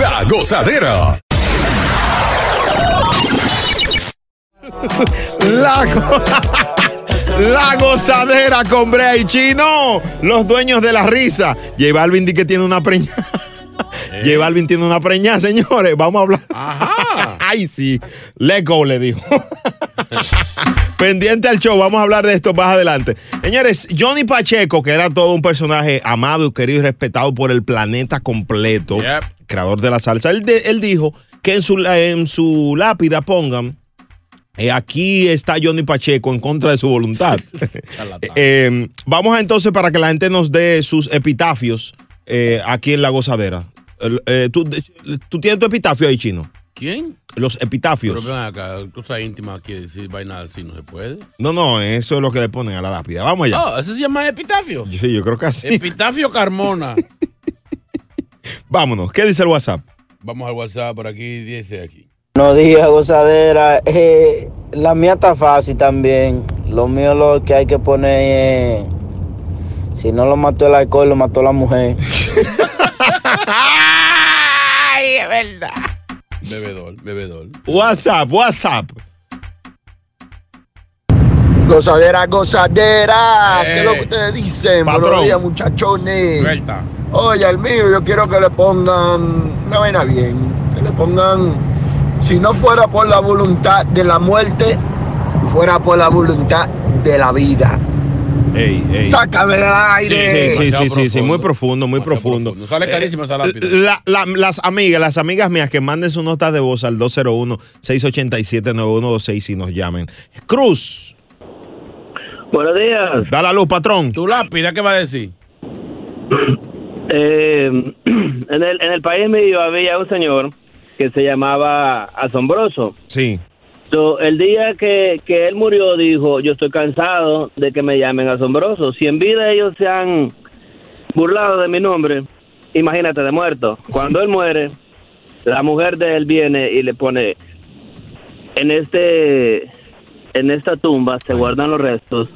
S1: La gozadera.
S2: La, go- la gozadera con Brea y Chino, los dueños de la risa. J Balvin di que tiene una preña. J Balvin tiene una preña, señores. Vamos a hablar. Ay, sí. Let's go, le dijo. Pendiente al show, vamos a hablar de esto más adelante. Señores, Johnny Pacheco, que era todo un personaje amado, querido y respetado por el planeta completo, creador de la salsa, él, de- él dijo que en su, la- en su lápida pongan, eh, aquí está Johnny Pacheco en contra de su voluntad. Eh, vamos a, entonces para que la gente nos dé sus epitafios eh, aquí en La Gozadera. El- eh, ¿tú, tú tienes tu epitafio ahí, Chino?
S3: ¿Quién?
S2: Los epitafios.
S3: Pero ven acá, cosas íntimas que decir vaina así no se puede.
S2: No, no, eso es lo que le ponen a la lápida. Vamos allá.
S3: Oh, eso se llama epitafio.
S2: Sí, yo creo que así.
S3: Epitafio Carmona.
S2: Vámonos. ¿Qué dice el WhatsApp?
S3: Vamos al WhatsApp por aquí, dice aquí.
S16: Buenos días, gozadera. Eh, la mía está fácil también. Lo mío lo que hay que poner es... Si no lo mató el alcohol, lo mató la mujer.
S3: Ay, es verdad. Bebedor, bebedor.
S2: WhatsApp, WhatsApp.
S17: Gozadera, gozadera.
S3: Eh.
S17: ¿Qué es lo que ustedes dicen?
S3: Patrón.
S17: Buenos días, muchachones.
S3: Suelta.
S17: Oye, al mío, yo quiero que le pongan una vaina bien. Que le pongan, si no fuera por la voluntad de la muerte, fuera por la voluntad de la vida.
S2: Ey, ey.
S17: Sácame del aire.
S2: Sí, sí, sí, sí, sí, sí, muy profundo, muy profundo.
S3: Sale carísimo esa lápida.
S2: La- la- las amigas, las amigas mías que manden sus notas de voz al 201-687-9126 y nos llamen. Cruz.
S18: Buenos días.
S2: Da la luz, patrón.
S3: Tu lápida, ¿qué va a decir?
S18: Eh, en, el, en el país medio había un señor que se llamaba Asombroso.
S2: Sí.
S18: So, el día que, que él murió dijo, yo estoy cansado de que me llamen Asombroso. Si en vida ellos se han burlado de mi nombre, imagínate de muerto. Cuando él muere, la mujer de él viene y le pone, en este en esta tumba se guardan los restos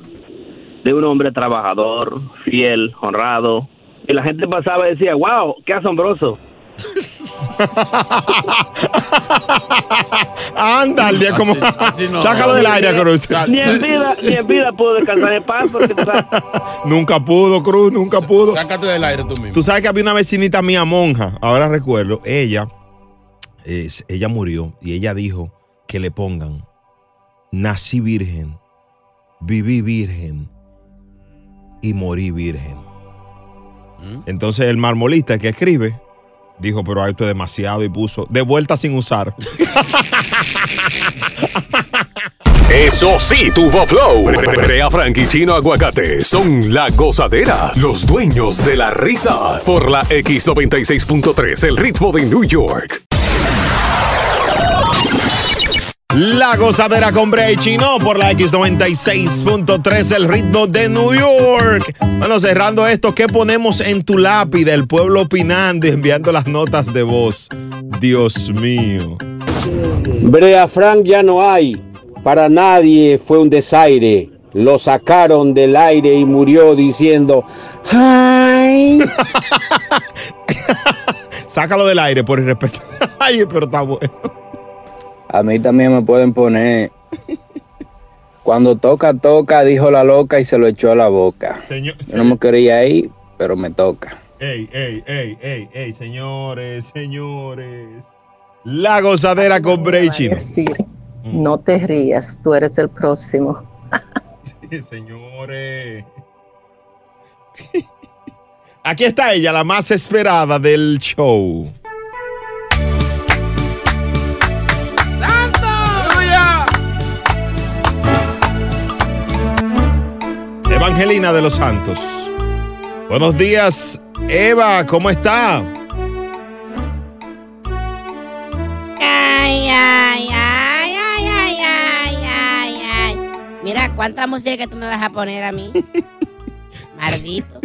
S18: de un hombre trabajador, fiel, honrado. Y la gente pasaba y decía, wow, qué asombroso.
S2: Anda, el día como. Sácalo del aire, Cruz.
S18: Ni en vida, ni en vida puedo descansar en paz porque tú sabes,
S2: Nunca pudo, Cruz, nunca pudo.
S3: eh, Sácate del aire tú mismo.
S2: Tú sabes que había una vecinita mía monja, ahora recuerdo, ella, es- ella murió y ella dijo que le pongan, nací virgen, viví virgen y morí virgen. Entonces el marmolista que escribe dijo, pero esto es demasiado y puso, de vuelta sin usar.
S1: Eso sí, tuvo flow. Brea Frank y Chino Aguacate son la gozadera, los dueños de la risa. Por la X96.3, el ritmo de New York.
S2: La gozadera con Brea y Chino por la X96.3, el ritmo de New York. Bueno, cerrando esto, ¿qué ponemos en tu lápida? El pueblo opinando y enviando las notas de voz. Dios mío.
S19: Brea Frank ya no hay. Para nadie fue un desaire. Lo sacaron del aire y murió diciendo, ¡ay!
S2: Sácalo del aire por irrespeto. Ay, pero está bueno.
S15: A mí también me pueden poner. Cuando toca, toca, dijo la loca y se lo echó a la boca.
S2: Señor-
S15: Yo no me quería ir, pero me toca.
S2: Ey, ey, ey, ey, ey, señores, señores. La gozadera con Brea y Chino.
S20: decir, no te rías, tú eres el próximo.
S2: Señores. Aquí está ella, la más esperada del show. Evangelina de los Santos. Buenos días, Eva, ¿cómo está?
S21: Ay, ay, ay, ay, ay, ay, ay, ay. Mira, ¿cuánta música que tú me vas a poner a mí? Maldito.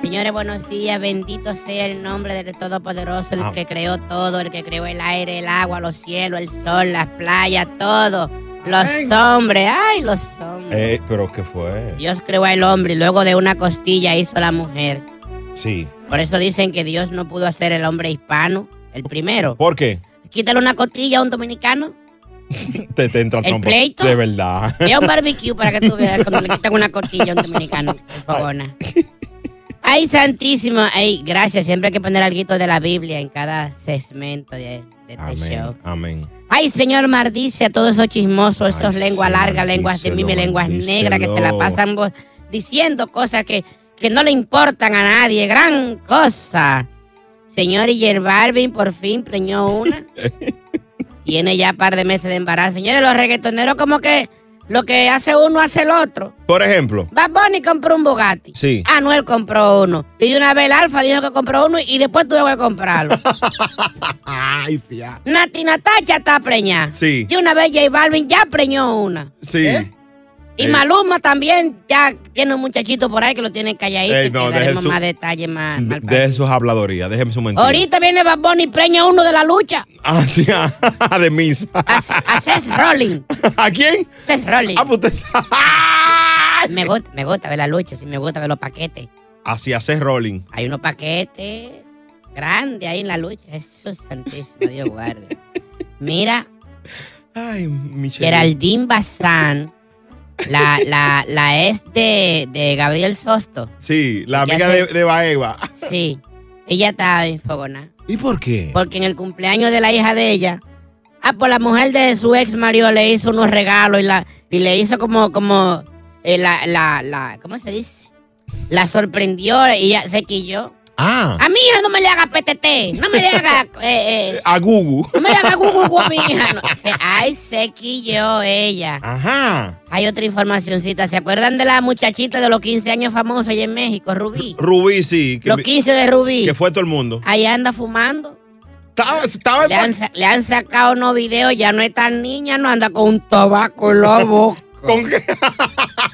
S21: Señores, buenos días. Bendito sea el nombre del Todopoderoso, el
S22: Am-
S21: que creó todo, el que creó el aire, el agua, los cielos, el sol, las playas, todo. Los hombres, ay, los hombres.
S2: Eh, pero ¿qué fue?
S21: Dios creó al hombre y luego de una costilla hizo la mujer.
S2: Sí.
S21: Por eso dicen que Dios no pudo hacer el hombre hispano, el primero.
S2: ¿Por qué?
S21: Quítale una costilla a un dominicano.
S2: Te, te entra
S21: ¿El
S2: trompa.
S21: pleito?
S2: De verdad.
S21: Es un barbecue para que tú veas cuando le quitan una costilla a un dominicano. se Fogona. Ay, santísimo. Ay, gracias. Siempre hay que poner algo de la Biblia en cada segmento de, de este show.
S2: Amén. Amén.
S21: Ay, Señor, maldice a todos esos chismosos, esos lenguas largas, lenguas de mime, lenguas negras que se la
S2: maldícelo.
S21: pasan bo- diciendo cosas que, que no le importan a nadie. Gran cosa. Señor, y el Balvin por fin preñó una. Tiene ya par de meses de embarazo. Señores, los reggaetoneros como que lo que hace uno hace el otro.
S2: Por ejemplo,
S21: Bad Bunny compró un Bugatti.
S2: sí.
S21: Anuel compró uno. Y de una vez el Alfa dijo que compró uno y después tuvo que comprarlo.
S2: Ay, fia.
S21: Nati Natacha está preñada.
S2: Sí.
S21: De una vez J Balvin ya preñó una.
S2: Sí.
S21: Y
S2: Eh.
S21: Maluma también ya tiene un muchachito por ahí que lo tiene calladito.
S2: Ey,
S21: y
S2: no,
S21: te
S2: deje
S21: daremos
S2: su-
S21: más detalles más. más-
S2: Deje sus habladorías, déjeme su mentira.
S21: Ahorita viene Bad Bunny y preña a uno de la lucha.
S2: Ah, sí, ah, de misa.
S21: A Seth Rollins.
S2: ¿A quién?
S21: Seth Rollins.
S2: Ah, pues usted
S21: me, gusta, me gusta ver la lucha, sí, me gusta ver los paquetes.
S2: Así hace rolling.
S21: Hay unos paquetes grandes ahí en la lucha. Eso es santísimo, Dios guarde. Mira,
S2: Ay, Michelle.
S21: Geraldine Bazán, la, la, la ex de, de Gabriel Sosto.
S2: Sí, la
S21: Ya
S2: amiga
S21: sé.
S2: de, de Baeva.
S21: Sí, ella está en Fogona.
S2: ¿Y por qué?
S21: Porque en el cumpleaños de la hija de ella, ah, pues la mujer de su ex marido le hizo unos regalos y, la, y le hizo como, como, eh, la, la, la, ¿cómo se dice? La sorprendió y ella se quilló.
S2: Ah,
S21: A mi hija no me le haga PTT, no me le haga, eh, eh,
S2: a Gugu.
S21: no me le haga gugu gugu a mi hija. no. Se- Ay, se quilló ella.
S2: Ajá.
S21: Hay otra informacioncita. ¿Se acuerdan de la muchachita de los 15 años famosa allá en México, Rubí?
S2: Rubí, sí.
S21: Los 15 de Rubí.
S2: Que fue todo el mundo.
S21: Ahí anda fumando.
S2: le,
S21: han, sa- le han sacado unos videos, ya no es tan niña, no anda con un tabaco en la boca.
S2: ¿Con qué?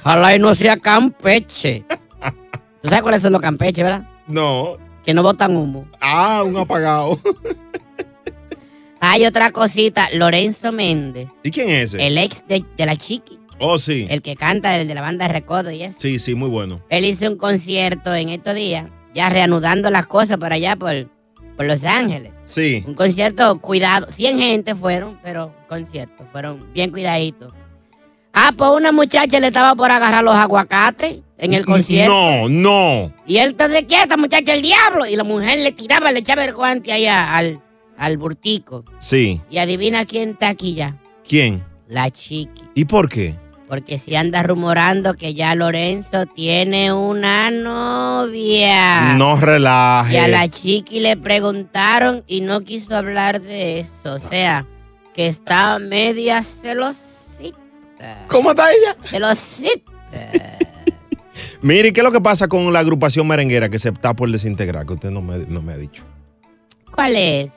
S21: Ojalá y no sea campeche. ¿Tú sabes cuáles son los campeches, verdad?
S2: No.
S21: Que no botan humo.
S2: Ah, un apagado.
S21: Hay otra cosita, Lorenzo Méndez,
S2: ¿Y quién es ese?
S21: el ex de, de la Chiqui,
S2: Oh, sí.
S21: el que canta, el de la banda Recodo y eso.
S2: Sí, sí, muy bueno.
S21: Él hizo un concierto en estos días, ya reanudando las cosas para allá por, por Los Ángeles.
S2: Sí.
S21: Un concierto cuidado. 100 gente fueron, pero concierto. Fueron bien cuidaditos. Ah, pues una muchacha le estaba por agarrar los aguacates en el concierto.
S2: No, no.
S21: Y él te de quieta, muchacha, el diablo. Y la mujer le tiraba, le echaba el guante ahí a- al, al burtico.
S2: Sí.
S21: Y adivina quién está aquí ya.
S2: ¿Quién?
S21: La chiqui.
S2: ¿Y por qué?
S21: Porque si anda rumorando que ya Lorenzo tiene una novia.
S2: No relaje.
S21: Y a Ah. la chiqui le preguntaron y no quiso hablar de eso. O sea, que está media celosita.
S2: ¿Cómo está ella?
S21: Celosita.
S2: Mire, ¿qué es lo que pasa con la agrupación merenguera que se está por desintegrar? Que usted no me, no me ha dicho.
S21: ¿Cuál es?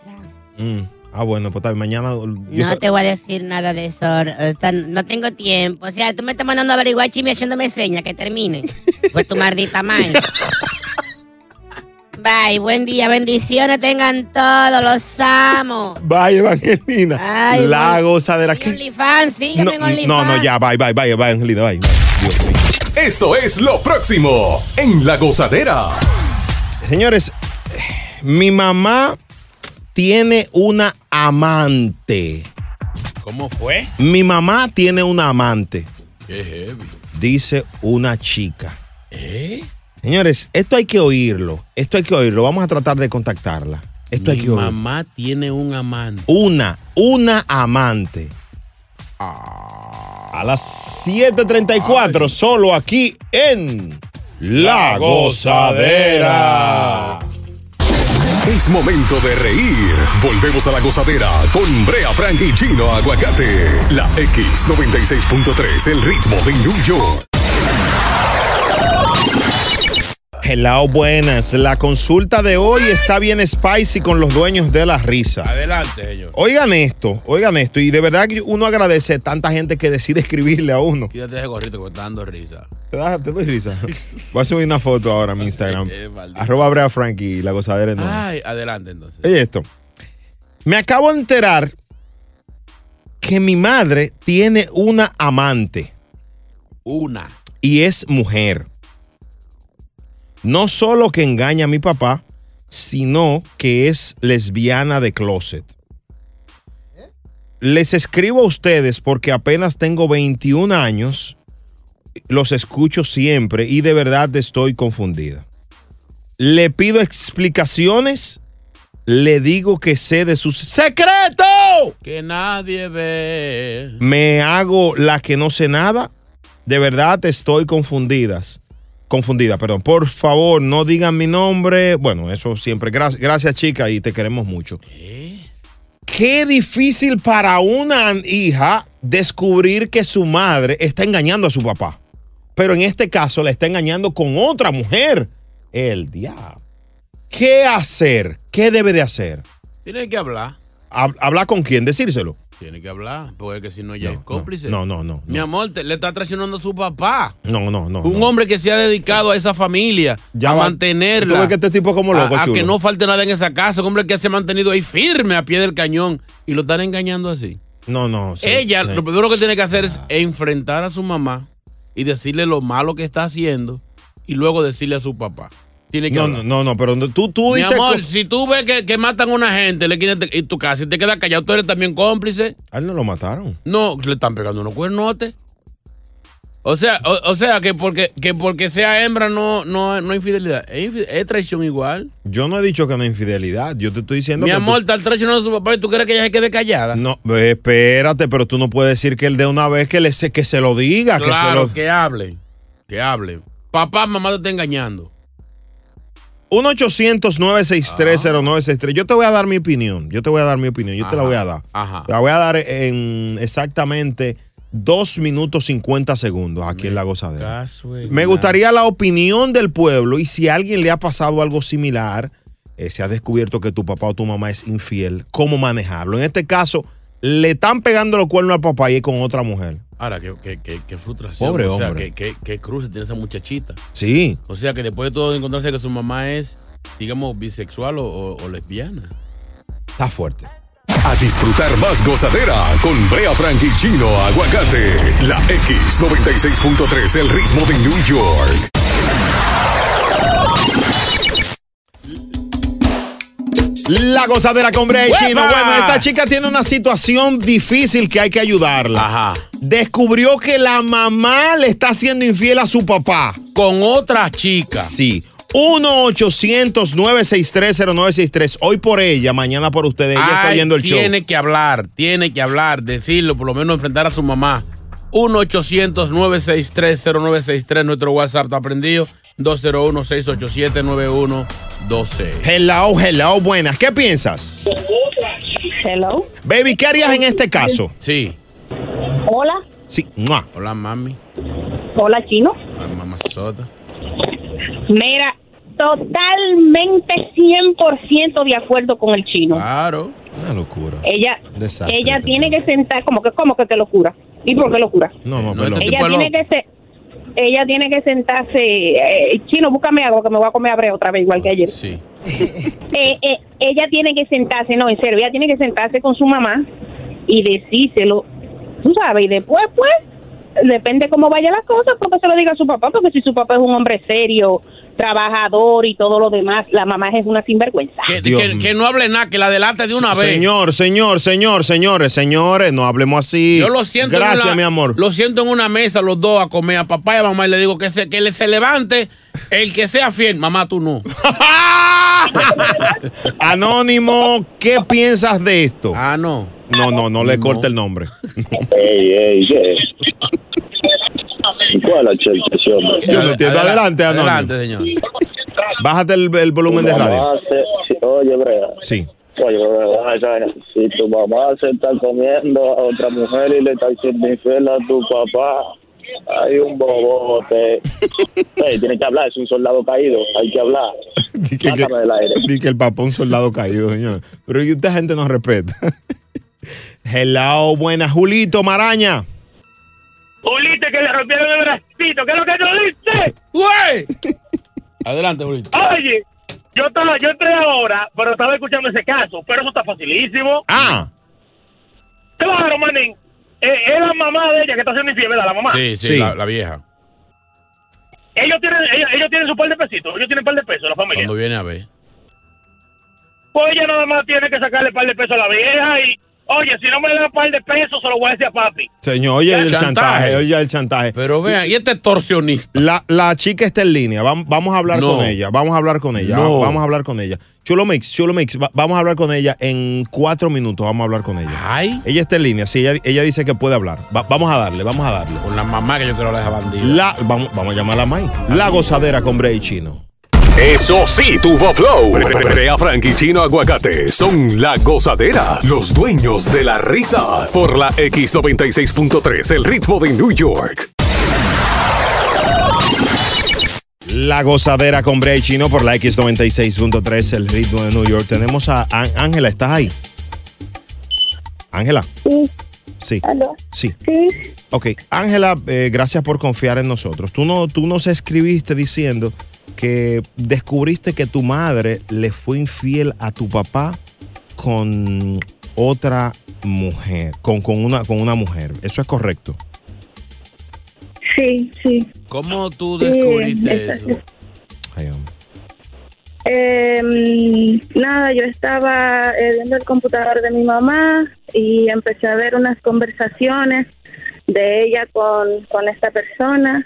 S2: Mm. Ah, bueno, pues tal, mañana.
S21: No te voy a decir nada de eso. O sea, no tengo tiempo. O sea, tú me estás mandando a averiguar chisme haciéndome señas que termine. Pues tu maldita madre. Bye, buen día, bendiciones tengan todos, los amo.
S2: Vaya, Evangelina.
S21: Ay,
S2: la
S21: bueno.
S2: gozadera. ¿qué?
S21: OnlyFans, sígueme en
S2: No, no, no, ya, bye, bye, bye, bye, Angelina, bye.
S1: Esto es lo próximo en La Gozadera.
S2: Señores, mi mamá tiene una amante.
S3: ¿Cómo fue?
S2: Mi mamá tiene una amante,
S3: Qué heavy.
S2: dice una chica.
S3: ¿Eh?
S2: Señores, esto hay que oírlo. Esto hay que oírlo. Vamos a tratar de contactarla. Esto hay
S3: Mi
S2: que oírlo.
S3: mamá tiene un amante.
S2: Una, una amante. A las 7:34, solo aquí en La Gozadera.
S1: Es momento de reír. Volvemos a la gozadera con Brea Frank y Chino Aguacate. La X96.3, el ritmo de New York.
S2: Hello, buenas. La consulta de hoy está bien spicy con los dueños de la risa.
S3: Adelante, señor.
S2: Oigan esto, oigan esto. Y de verdad que uno agradece tanta gente que decide escribirle a uno.
S3: Quítate ese gorrito que está dando risa.
S2: Te, das- te doy risa. Voy a subir una foto ahora a mi Instagram.
S3: Eh, maldito. Ah,
S2: Arroba Brea Frankie, la gozadera enorme.
S3: Ay, adelante entonces.
S2: Oye esto. Me acabo de enterar que mi madre tiene una amante
S3: Una.
S2: y es mujer. No solo que engaña a mi papá, sino que es lesbiana de closet. Les escribo a ustedes porque apenas tengo 21 años, los escucho siempre y de verdad estoy confundida. Le pido explicaciones, le digo que sé de sus secretos.
S3: Que nadie ve.
S2: Me hago la que no sé nada. De verdad estoy confundidas. Confundida, perdón. Por favor, no digan mi nombre. Bueno, eso siempre. Gra- gracias, chica, y te queremos mucho. Qué difícil para una hija descubrir que su madre está engañando a su papá. Pero en este caso la está engañando con otra mujer. El diablo. ¿Qué hacer? ¿Qué debe de hacer?
S3: Tiene que hablar.
S2: Hab- ¿Hablar con quién? Decírselo.
S3: Tiene que hablar. Porque que si no, ya es cómplice.
S2: No, no, no.
S3: Mi amor, te- le está traicionando a su papá.
S2: No, no, no.
S3: un hombre que se ha dedicado a esa familia, a
S2: va.
S3: mantenerla.
S2: Tú ves que este tipo es como loco,
S3: a, a
S2: chulo.
S3: que no falte nada en esa casa. Un hombre que se ha mantenido ahí firme a pie del cañón y lo están engañando así.
S2: No, no. Pues sí,
S3: Ella,
S2: sí.
S3: lo primero que tiene que hacer es enfrentar a su mamá y decirle lo malo que está haciendo y luego decirle a su papá. Tiene que
S2: No,
S3: hablar.
S2: no, no, no, pero no- tú, tú
S3: Mi
S2: dices.
S3: amor,
S2: co-
S3: si tú ves que, que matan a una gente le quieren te- y tu casa y te quedas callado, tú eres también cómplice.
S2: A él no lo mataron.
S3: No, le están pegando unos cuernotes. O sea, o, o sea que porque que porque sea hembra no no no hay infidelidad, es, infi- es traición igual.
S2: Yo no he dicho que no es infidelidad. Yo te estoy diciendo
S3: Mi
S2: que. tú-
S3: amor, está traicionando a su papá y tú quieres que ella se quede callada.
S2: No, eh, espérate, pero tú no puedes decir que él de una vez que, le, se- que se lo diga.
S3: claro,
S2: que se lo.
S3: que hable, que hable. Papá, mamá te está engañando.
S2: 1 800 963 Yo te voy a dar mi opinión. Yo te voy a dar mi opinión. Yo te la
S3: Ajá,
S2: voy a dar.
S3: ajá.
S2: Te la voy a dar en exactamente 2 minutos 50 segundos aquí en La Gozadera. Me gustaría la opinión del pueblo y si a alguien le ha pasado algo similar, eh, se ha descubierto que tu papá o tu mamá es infiel, ¿cómo manejarlo? En este caso, le están pegando los cuernos al papá y es con otra mujer.
S3: Ahora, qué, qué, qué- qué frustración.
S2: Pobre
S3: o sea,
S2: hombre.
S3: Qué, qué- qué cruce tiene esa muchachita.
S2: Sí.
S3: O sea, que después de todo encontrarse que su mamá es, digamos, bisexual o, o- o lesbiana.
S2: Está fuerte.
S1: A disfrutar más gozadera con Brea Frank y Chino Aguacate. La X96.3, el ritmo de New York.
S2: La gozadera con Bray
S11: ¡Huepa!
S2: Chino. Bueno, esta chica tiene una situación difícil que hay que ayudarla. Descubrió que la mamá le está haciendo infiel a su papá.
S3: Con otra chica.
S2: Sí. 1-800-963-0963. Hoy por ella, mañana por ustedes. Ella está
S3: Ay,
S2: oyendo el show.
S3: Tiene que hablar, tiene que hablar, decirlo, por lo menos enfrentar a su mamá. 1-800-963-0963, nuestro WhatsApp está prendido. 201-687-9112.
S2: Hello, hello, buenas. ¿Qué piensas?
S22: Hello.
S2: Baby, ¿qué harías en este caso?
S3: Sí.
S22: Hola.
S2: Sí.
S3: Hola, mami.
S22: Hola, chino.
S3: Mamazota.
S22: Mira, totalmente 100% de acuerdo con el chino.
S3: Claro.
S2: Una locura.
S22: Ella,
S2: Desastre.
S22: ella tiene que sentar, como que, como que qué locura. ¿Y por qué locura?
S2: No, no,
S3: este
S2: perdón.
S22: ella tiene que se- ella tiene que sentarse, eh, chino, búscame algo que me voy a comer abre otra vez igual que ayer.
S3: Sí.
S22: Eh, eh, ella tiene que sentarse, no, en serio, ella tiene que sentarse con su mamá y decírselo, tú sabes, y después, pues, depende cómo vaya la cosa, porque se lo diga a su papá, porque si su papá es un hombre serio, trabajador y todo lo demás, la mamá es una sinvergüenza.
S3: Que, que- que no hable nada, que la delate de una vez.
S2: Señor, señor, señor, señores, señores, no hablemos así.
S3: Yo lo siento. en
S2: Gracias,
S3: una-
S2: mi amor.
S3: Lo siento en una mesa los dos a comer a papá y a mamá y le digo que se, que le- se levante el que sea fiel. Mamá, tú no.
S2: Anónimo, ¿qué piensas de esto?
S3: Ah, no.
S2: No, no, no le corte el nombre.
S23: Ey, ey, ¿qué? ¿Cuál es la chelchación?
S2: Yo no entiendo. Adelante, Anónimo.
S3: Adelante, señor.
S2: Bájate el, el volumen de radio.
S23: Oye, Brea.
S2: Sí.
S23: Oye, Brea, esa vaina. si tu mamá se está comiendo a otra mujer y le está haciendo infiel a tu papá, hay un bobote. Ey, tiene que hablar, es un soldado caído, hay que hablar.
S2: Di que, que-
S23: Sácame del aire.
S2: di que el papá un soldado caído, señor. Pero y esta gente no respeta. Hello, buenas. Julito Maraña.
S24: Julito, que le rompieron el bracito. ¿Qué es lo que tú dices?
S3: ¡Güey! Adelante, Julito.
S24: Oye, yo, te lo- yo entré ahora, pero estaba escuchando ese caso. Pero eso está facilísimo.
S2: Ah.
S24: Claro, manín. Eh, es la mamá de ella que está haciendo infiel, ¿verdad? La mamá.
S3: Sí, sí, La, la vieja.
S24: Ellos tienen, ellos, ellos tienen su par de pesitos. Ellos tienen par de pesos, la familia.
S3: Cuando viene a ver.
S24: Pues ella nada más tiene que sacarle par de pesos a la vieja y... Oye, si no me da par de pesos, se lo voy a decir a papi.
S2: Señor, oye el chantaje.
S3: chantaje,
S2: oye el chantaje.
S3: Pero vean, y este torsionista.
S2: La, la chica está en línea. Vam- Vamos, a hablar
S3: No.
S2: con ella. Vamos a hablar con ella.
S3: No.
S2: Vamos a hablar con ella. Chulo Mix, Chulo Mix, va- vamos a hablar con ella en cuatro minutos. Vamos a hablar con ella.
S3: Ay.
S2: Ella está en línea. Sí, ella, ella dice que puede hablar. Va- vamos a darle, vamos a darle.
S3: Con la mamá que yo quiero dejar bandida.
S2: La, vamos, vamos a llamarla May. La gozadera con Bray Chino.
S1: Eso sí, tuvo flow. Brea Frank y Chino Aguacate son la gozadera, los dueños de la risa. Por la X96.3, el ritmo de New York.
S2: La gozadera con Bray Chino por la X96.3, el ritmo de New York. Tenemos a Á- Ángela, ¿estás ahí? Ángela.
S25: Sí.
S2: Sí.
S25: ¿Aló?
S2: Sí.
S25: Sí.
S2: Ok, Ángela, eh, gracias por confiar en nosotros. Tú, no, tú nos escribiste diciendo que descubriste que tu madre le fue infiel a tu papá con otra mujer, con, con, una, con una mujer. ¿Eso es correcto?
S25: Sí, sí.
S3: ¿Cómo tú
S25: Sí,
S3: descubriste eso?
S25: exacto. Em, nada, yo estaba eh, viendo el computador de mi mamá y empecé a ver unas conversaciones de ella con, con esta persona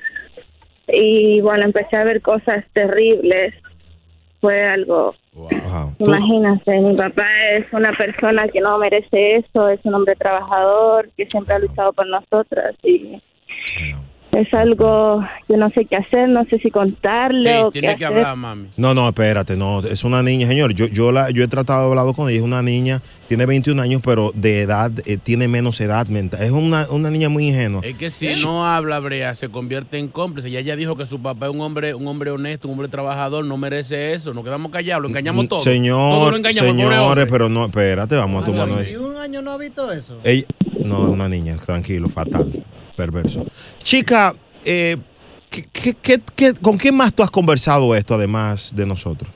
S25: y bueno, empecé a ver cosas terribles. Fue algo... Imagínate, mi papá es una persona que no merece eso, es un hombre trabajador que siempre ha luchado por nosotras y es algo que no sé qué hacer, no sé si contarle o qué
S3: Tiene que
S25: hacer.
S3: hablar, mami.
S2: No, no, espérate, no, es una niña, señor. Yo, yo, la, yo he tratado de hablar con ella, es una niña, tiene 21 años, pero de edad, eh, tiene menos edad mental. Es una, una niña muy ingenua.
S3: Es que si no habla Brea, se convierte en cómplice. Ya ella dijo que su papá es un hombre, un hombre honesto, un hombre trabajador, no merece eso. Nos quedamos callados, lo engañamos todo. Todo
S2: Mm, Señor,
S3: lo engañamos, pobre hombre.
S2: señores, pero no, espérate, vamos a tomarnos eso.
S5: Un año no ha visto eso.
S2: Ella- no, una niña, tranquilo, fatal, perverso. Chica, eh, ¿qué- qué- qué- qué- con quién más tú has conversado esto además de nosotros?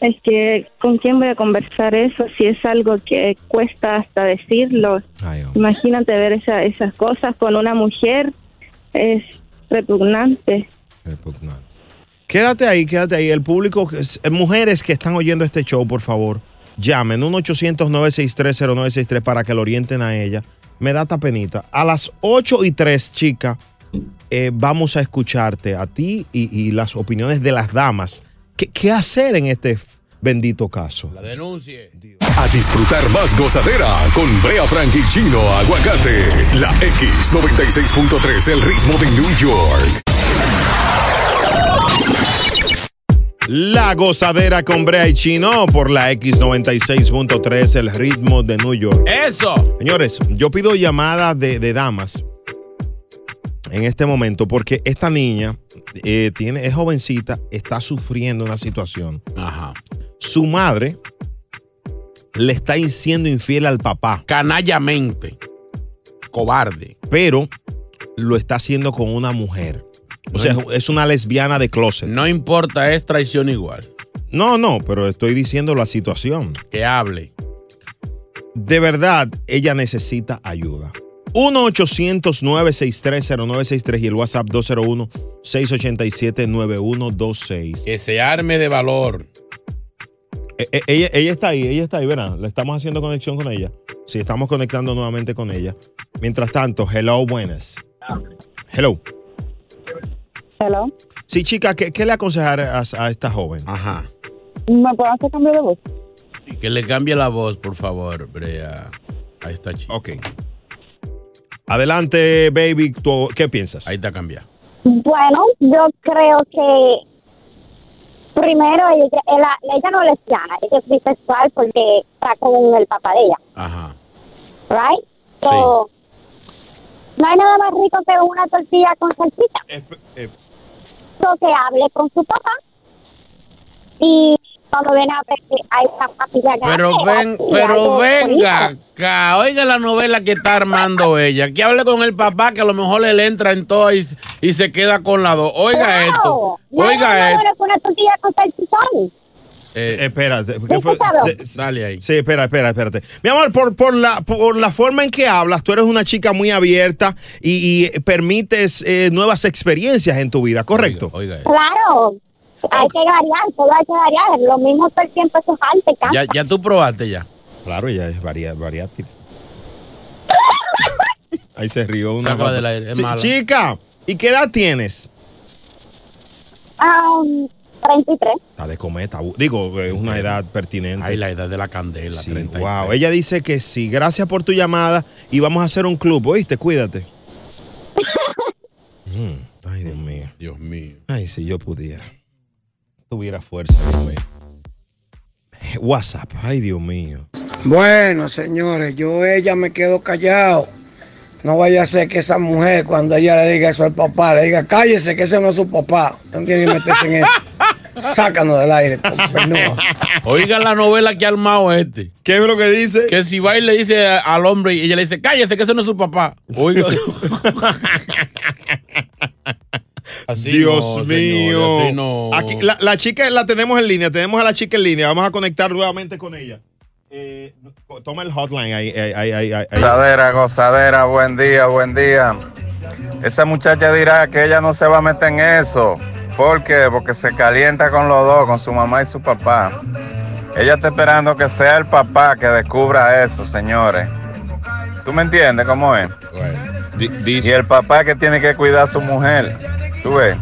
S25: Es que, ¿con quién voy a conversar eso si es algo que cuesta hasta decirlo? Imagínate ver esa- esas cosas con una mujer, es repugnante.
S2: Quédate ahí, quédate ahí. El público, que es- eh, mujeres que están oyendo este show, por favor, llamen 1-800-963-0963 para que lo orienten a ella. Me da esta penita. A las 8 y 3, chica, eh, vamos a escucharte a ti y, y las opiniones de las damas. ¿Qué, qué hacer en este f- bendito caso?
S1: A disfrutar más gozadera con Brea Frank y Chino Aguacate. La X96.3, el ritmo de New York.
S2: La gozadera con Brea y Chino por la X96.3, el ritmo de New York.
S3: ¡Eso!
S2: Señores, yo pido llamadas de, de damas en este momento porque esta niña eh, tiene, es jovencita, está sufriendo una situación.
S3: Ajá.
S2: Su madre le está siendo infiel al papá.
S3: Canallamente. Cobarde.
S2: Pero lo está haciendo con una mujer. O sea, es una lesbiana de closet.
S3: No importa, es traición igual.
S2: No, no, pero estoy diciendo la situación.
S3: Que hable.
S2: De verdad, ella necesita ayuda. 1-800-963-0963 y el WhatsApp 201-687-9126.
S3: Que se arme de valor.
S2: E- e- ella, ella está ahí, ella está ahí, verán. Le estamos haciendo conexión con ella. Sí, estamos conectando nuevamente con ella. Mientras tanto, hello, buenas. Hello.
S4: Hello.
S2: Sí, chica, ¿qué, qué le aconsejarás a esta joven?
S3: Ajá.
S4: ¿Me puedo hacer cambio de voz?
S3: Que le cambie la voz, por favor, Brea. Ahí está, chico.
S2: Ok. Adelante, baby. ¿tú- ¿Qué piensas? Ahí
S3: está cambiado.
S6: Bueno, yo creo que primero ella, ella, ella no es lesbiana, ella es bisexual porque está con el papá de ella.
S3: Ajá.
S6: Right? So, No hay nada más rico que una tortilla con salsita.
S3: eh.
S6: So, que hable con su papá y cuando ven a ver que hay una papilla grande,
S3: Pero, ven,
S6: así,
S3: pero
S6: algo
S3: venga
S6: Oh, bonito.
S3: acá, oiga la novela que está armando ella. Que hable con el papá que a lo mejor él entra en todo y, y se queda con la dos. Oiga
S6: Wow.
S3: esto,
S6: No hay nada
S3: oiga
S6: más
S3: esto.
S6: bueno que una tortilla con salchichón.
S2: Eh,
S3: Eh,
S2: espérate. ¿qué
S6: Eso claro.
S2: Dale ahí. Sí, espera, espera, espérate. Mi amor, por, por, la, por la forma en que hablas, tú eres una chica muy abierta y, y permites eh, nuevas experiencias en tu vida, ¿correcto?
S3: eh,
S6: Claro. Hay que variar, todo hay que variar. Lo mismo todo el tiempo eso es arte, canta.
S3: Ya, ya tú probaste ya.
S2: Claro, ella es varia- variátil. Ahí se rió una.
S3: Sácala del aire, es
S2: Sí,
S3: mala.
S2: chica, ¿y qué edad tienes?
S6: Ah, 33.
S2: Está de cometa. u- Digo, es una edad pertinente. Ay,
S3: la edad de la candela.
S2: Wow, ella dice que sí. Gracias por tu llamada y vamos a hacer un club, ¿oíste? Cuídate. Mm, Ay, Dios mío.
S3: Dios mío.
S2: Ay, si yo pudiera. Tuviera fuerza, Dios mío. WhatsApp, ay, Dios mío.
S7: Bueno, señores, yo ella me quedo callado. No vaya a ser que esa mujer, cuando ella le diga eso al papá, le diga, cállese, que ese no es su papá. No tiene que meterse en eso. Sácanos del aire. coño.
S3: Oiga la novela que ha armado este.
S2: ¿Qué es lo que dice?
S3: Que si va y le dice a- al hombre y ella le dice, cállese, que ese no es su papá. Oiga. Así
S2: Dios
S3: no, señores,
S2: mío.
S3: así no.
S2: Aquí, la, la chica la tenemos en línea, tenemos a la chica en línea. Vamos a conectar nuevamente con ella. Eh, toma el hotline ahí, ahí, ahí, ahí, ahí.
S8: Gozadera, gozadera, buen día, buen día. Esa muchacha dirá que ella no se va a meter en eso. ¿Por qué? Porque se calienta con los dos, con su mamá y su papá. Ella está esperando que sea el papá que descubra eso, señores. ¿Tú me entiendes cómo es? Y el papá que tiene que cuidar a su mujer. ¿Tú ves?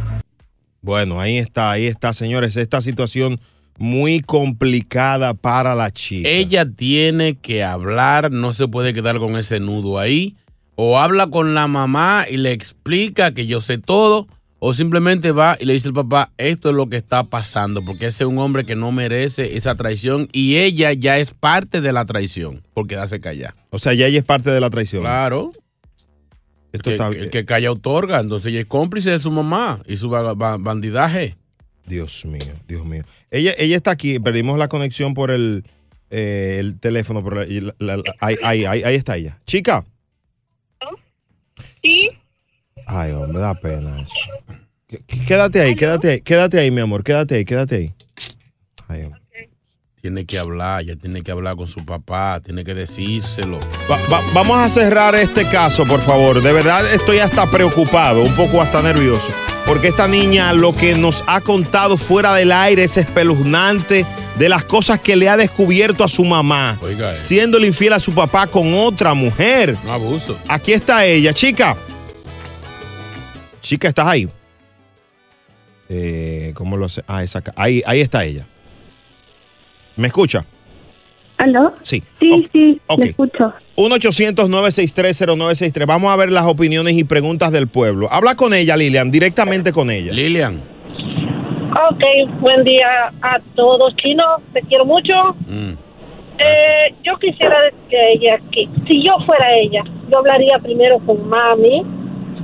S2: Bueno, ahí está, ahí está, señores. Esta situación muy complicada para la chica.
S3: Ella tiene que hablar, no se puede quedar con ese nudo ahí. O habla con la mamá y le explica que yo sé todo. O simplemente va y le dice al papá, esto es lo que está pasando, porque ese es un hombre que no merece esa traición y ella ya es parte de la traición por quedarse callada.
S2: O sea, ya ella es parte de la traición.
S3: Claro.
S2: Esto
S3: el, que,
S2: está
S3: el que calla otorga, entonces ella es cómplice de su mamá y su ba- ba- bandidaje.
S2: Dios mío, Dios mío. Ella, ella está aquí, perdimos la conexión por el, eh, el teléfono, pero la- la- la- ahí, ahí, ahí, ahí está ella. Chica.
S8: Sí.
S2: Ay, hombre, me da pena eso. Qu- qu- Quédate ahí, quédate ahí, quédate ahí, mi amor, quédate ahí, quédate ahí. Ay, hombre.
S3: Tiene que hablar, ya tiene que hablar con su papá, tiene que decírselo.
S2: Va- va- vamos a cerrar este caso, por favor. De verdad estoy hasta preocupado, un poco hasta nervioso. Porque esta niña lo que nos ha contado fuera del aire es espeluznante de las cosas que le ha descubierto a su mamá.
S3: Oiga, eh.
S2: Siéndole infiel a su papá con otra mujer.
S3: No abuso.
S2: Aquí está ella, chica. Chica, ¿estás ahí? Eh, ¿Cómo lo hace? Ah, esa ca- ahí, ahí está ella. ¿Me escucha?
S25: ¿Aló?
S2: Sí.
S25: Sí, sí,
S2: ok.
S25: le escucho.
S2: 1-800-963-0963. Vamos a ver las opiniones y preguntas del pueblo. Habla con ella, Lilian, directamente con ella.
S3: Lilian.
S9: Ok, buen día a todos, Chino. Te quiero mucho.
S26: Mm.
S9: Eh, yo quisiera que ella, que si yo fuera ella, yo hablaría primero con mami,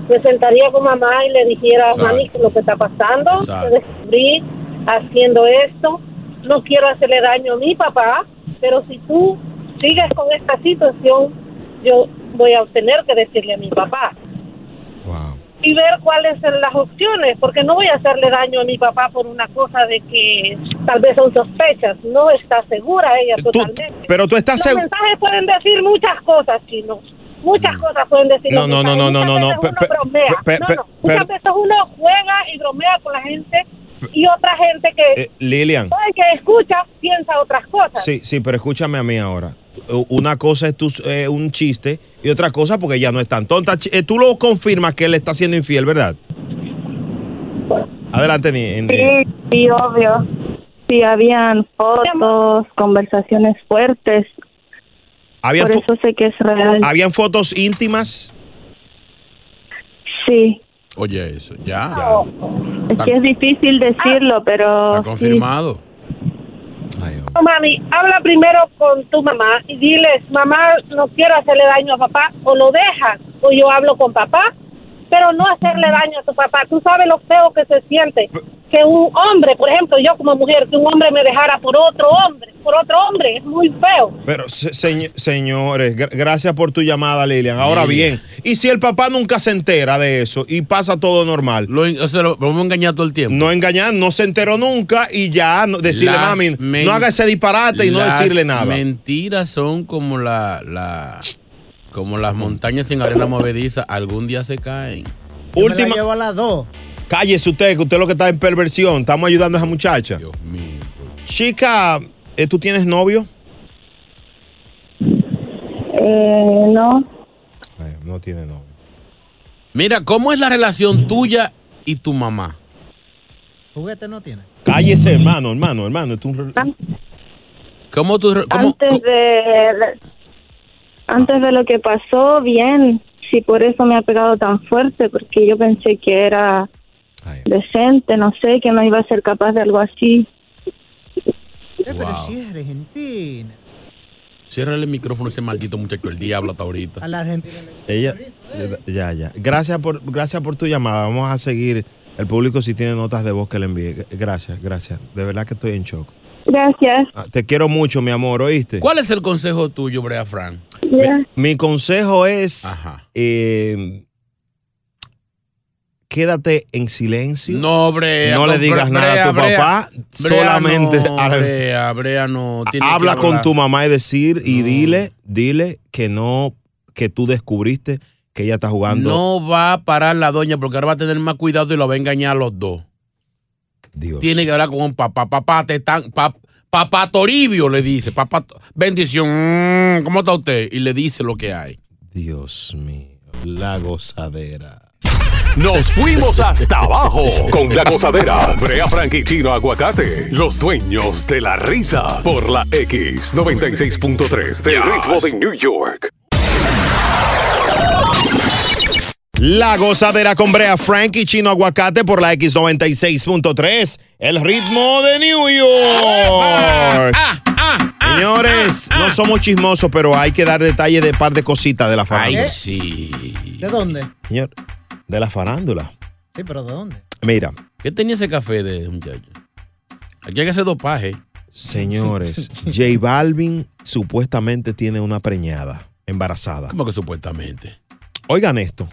S9: me sentaría con mamá y le dijera,
S26: Exacto.
S9: mami, ¿qué es lo que está pasando?
S26: Exacto.
S9: Te descubrí haciendo esto. No quiero hacerle daño a mi papá, pero si tú sigues con esta situación, yo voy a tener que decirle a mi papá y ver cuáles son las opciones, porque no voy a hacerle daño a mi papá por una cosa de que tal vez son sospechas, no está segura ella totalmente.
S2: Pero tú estás
S9: Los
S2: seguro.
S9: mensajes pueden decir muchas cosas, chino. Muchas cosas pueden decir.
S2: Mm. No,
S9: los
S2: no, no,
S9: mensajes.
S2: no, no, no, no.
S9: Muchas veces uno bromea.
S2: pe-
S9: No,
S2: pe-
S9: no. Muchas veces uno juega y bromea con la gente y otra gente que
S2: Eh, Lilian.
S9: todo el que escucha piensa otras cosas.
S2: Sí, sí, pero escúchame a mí ahora. U- Una cosa es tus- eh, un chiste y otra cosa porque ella no es tan tonta. Chi- eh, Tú lo confirmas que él está siendo infiel, ¿verdad? Adelante, ni- en- eh,
S25: Sí, sí, obvio. Sí, habían fotos, conversaciones fuertes.
S2: ¿Habían,
S25: Por
S2: fo-
S25: eso sé que es real.
S2: ¿Habían fotos íntimas?
S25: Sí.
S3: Oye, eso, ya.
S25: Es que es difícil
S2: Ah.
S25: decirlo, pero... sí.
S3: Confirmado.
S9: No, mami, habla primero con tu mamá y diles, mamá, no quiero hacerle daño a papá, o lo dejas, o yo hablo con papá, pero no hacerle daño a tu papá. Tú sabes lo feo que se siente que un hombre, por ejemplo, yo como mujer, que un hombre me dejara por otro hombre, por otro hombre, es muy feo.
S2: Pero, se- señ- señores, gra- gracias por tu llamada, Lilian. Ahora
S3: Lilian.
S2: bien, ¿y si el papá nunca se entera de eso y pasa todo normal?
S3: Lo, o sea, lo vamos a engañar todo el tiempo.
S2: No engañar, no se enteró nunca y ya no- decirle,
S3: Las
S2: mami,
S3: men-
S2: no haga ese disparate y no
S3: las
S2: decirle nada.
S3: Mentiras son como la, la como las montañas sin arena movediza, algún día se caen.
S2: Última. Cállese usted, que usted lo que está en perversión. Estamos ayudando a esa muchacha. Dios mío. Chica, eh, ¿tú tienes novio?
S25: Eh, no,
S2: No tiene novio.
S3: Mira, ¿cómo es la relación tuya y tu mamá?
S5: Juguete no tiene.
S2: Cállese, hermano, hermano, hermano. esto es un re-
S3: ¿Cómo tú re- cómo-
S25: antes de... Antes de lo que pasó, bien. Sí, por eso me ha pegado tan fuerte, porque yo pensé que era decente, no sé, que no iba a ser capaz de algo así.
S5: Pero si es argentina.
S2: Ah.
S3: Ciérrale el micrófono a ese maldito muchacho, el diablo hasta ahorita.
S5: A la argentina. le-
S2: Ella, ya, ya. Gracias por, gracias por tu llamada. Vamos a seguir. El público si tiene notas de voz que le envíe. Gracias, gracias. De verdad que estoy en shock.
S25: Gracias.
S2: Ah, Te quiero mucho, mi amor, ¿oíste?
S3: ¿Cuál es el consejo tuyo, Brea Frank?
S2: Mi consejo es, eh, quédate en silencio.
S3: No, Brea.
S2: No le
S3: Bre-
S2: digas nada
S3: Brea,
S2: a tu
S3: Brea.
S2: papá.
S3: Brea,
S2: solamente
S3: no,
S2: habla-
S3: Brea, Brea, no. tiene que
S2: habla con
S3: hablar.
S2: tu mamá y decir y dile, dile que no, que tú descubriste que ella está jugando.
S3: No va a parar la doña porque ahora va a tener más cuidado y lo va a engañar a los dos. Tiene que hablar con un papá. Papá, te están. pap- papá Toribio le dice. Papá, To- bendición. mm, ¿Cómo está usted? Y le dice lo que hay.
S2: Dios mío. La gozadera.
S1: Nos fuimos hasta abajo con la gozadera. Brea Frank y Chino Aguacate, los dueños de la risa por la X96.3 del ritmo de New York.
S2: La gozadera con Brea Frank y Chino Aguacate por la X96.3, el ritmo de New York. Señores, no somos chismosos, pero hay que dar detalle de par de cositas de la farándula.
S5: Ay,
S3: sí.
S5: ¿De dónde?
S2: Señor, de la farándula.
S5: Sí, pero ¿de dónde?
S2: Mira,
S3: ¿Qué tenía ese café de muchacho? Aquí hay que hacer dopaje.
S2: señores, J Balvin supuestamente tiene una preñada, embarazada.
S3: ¿Cómo que supuestamente?
S2: Oigan esto.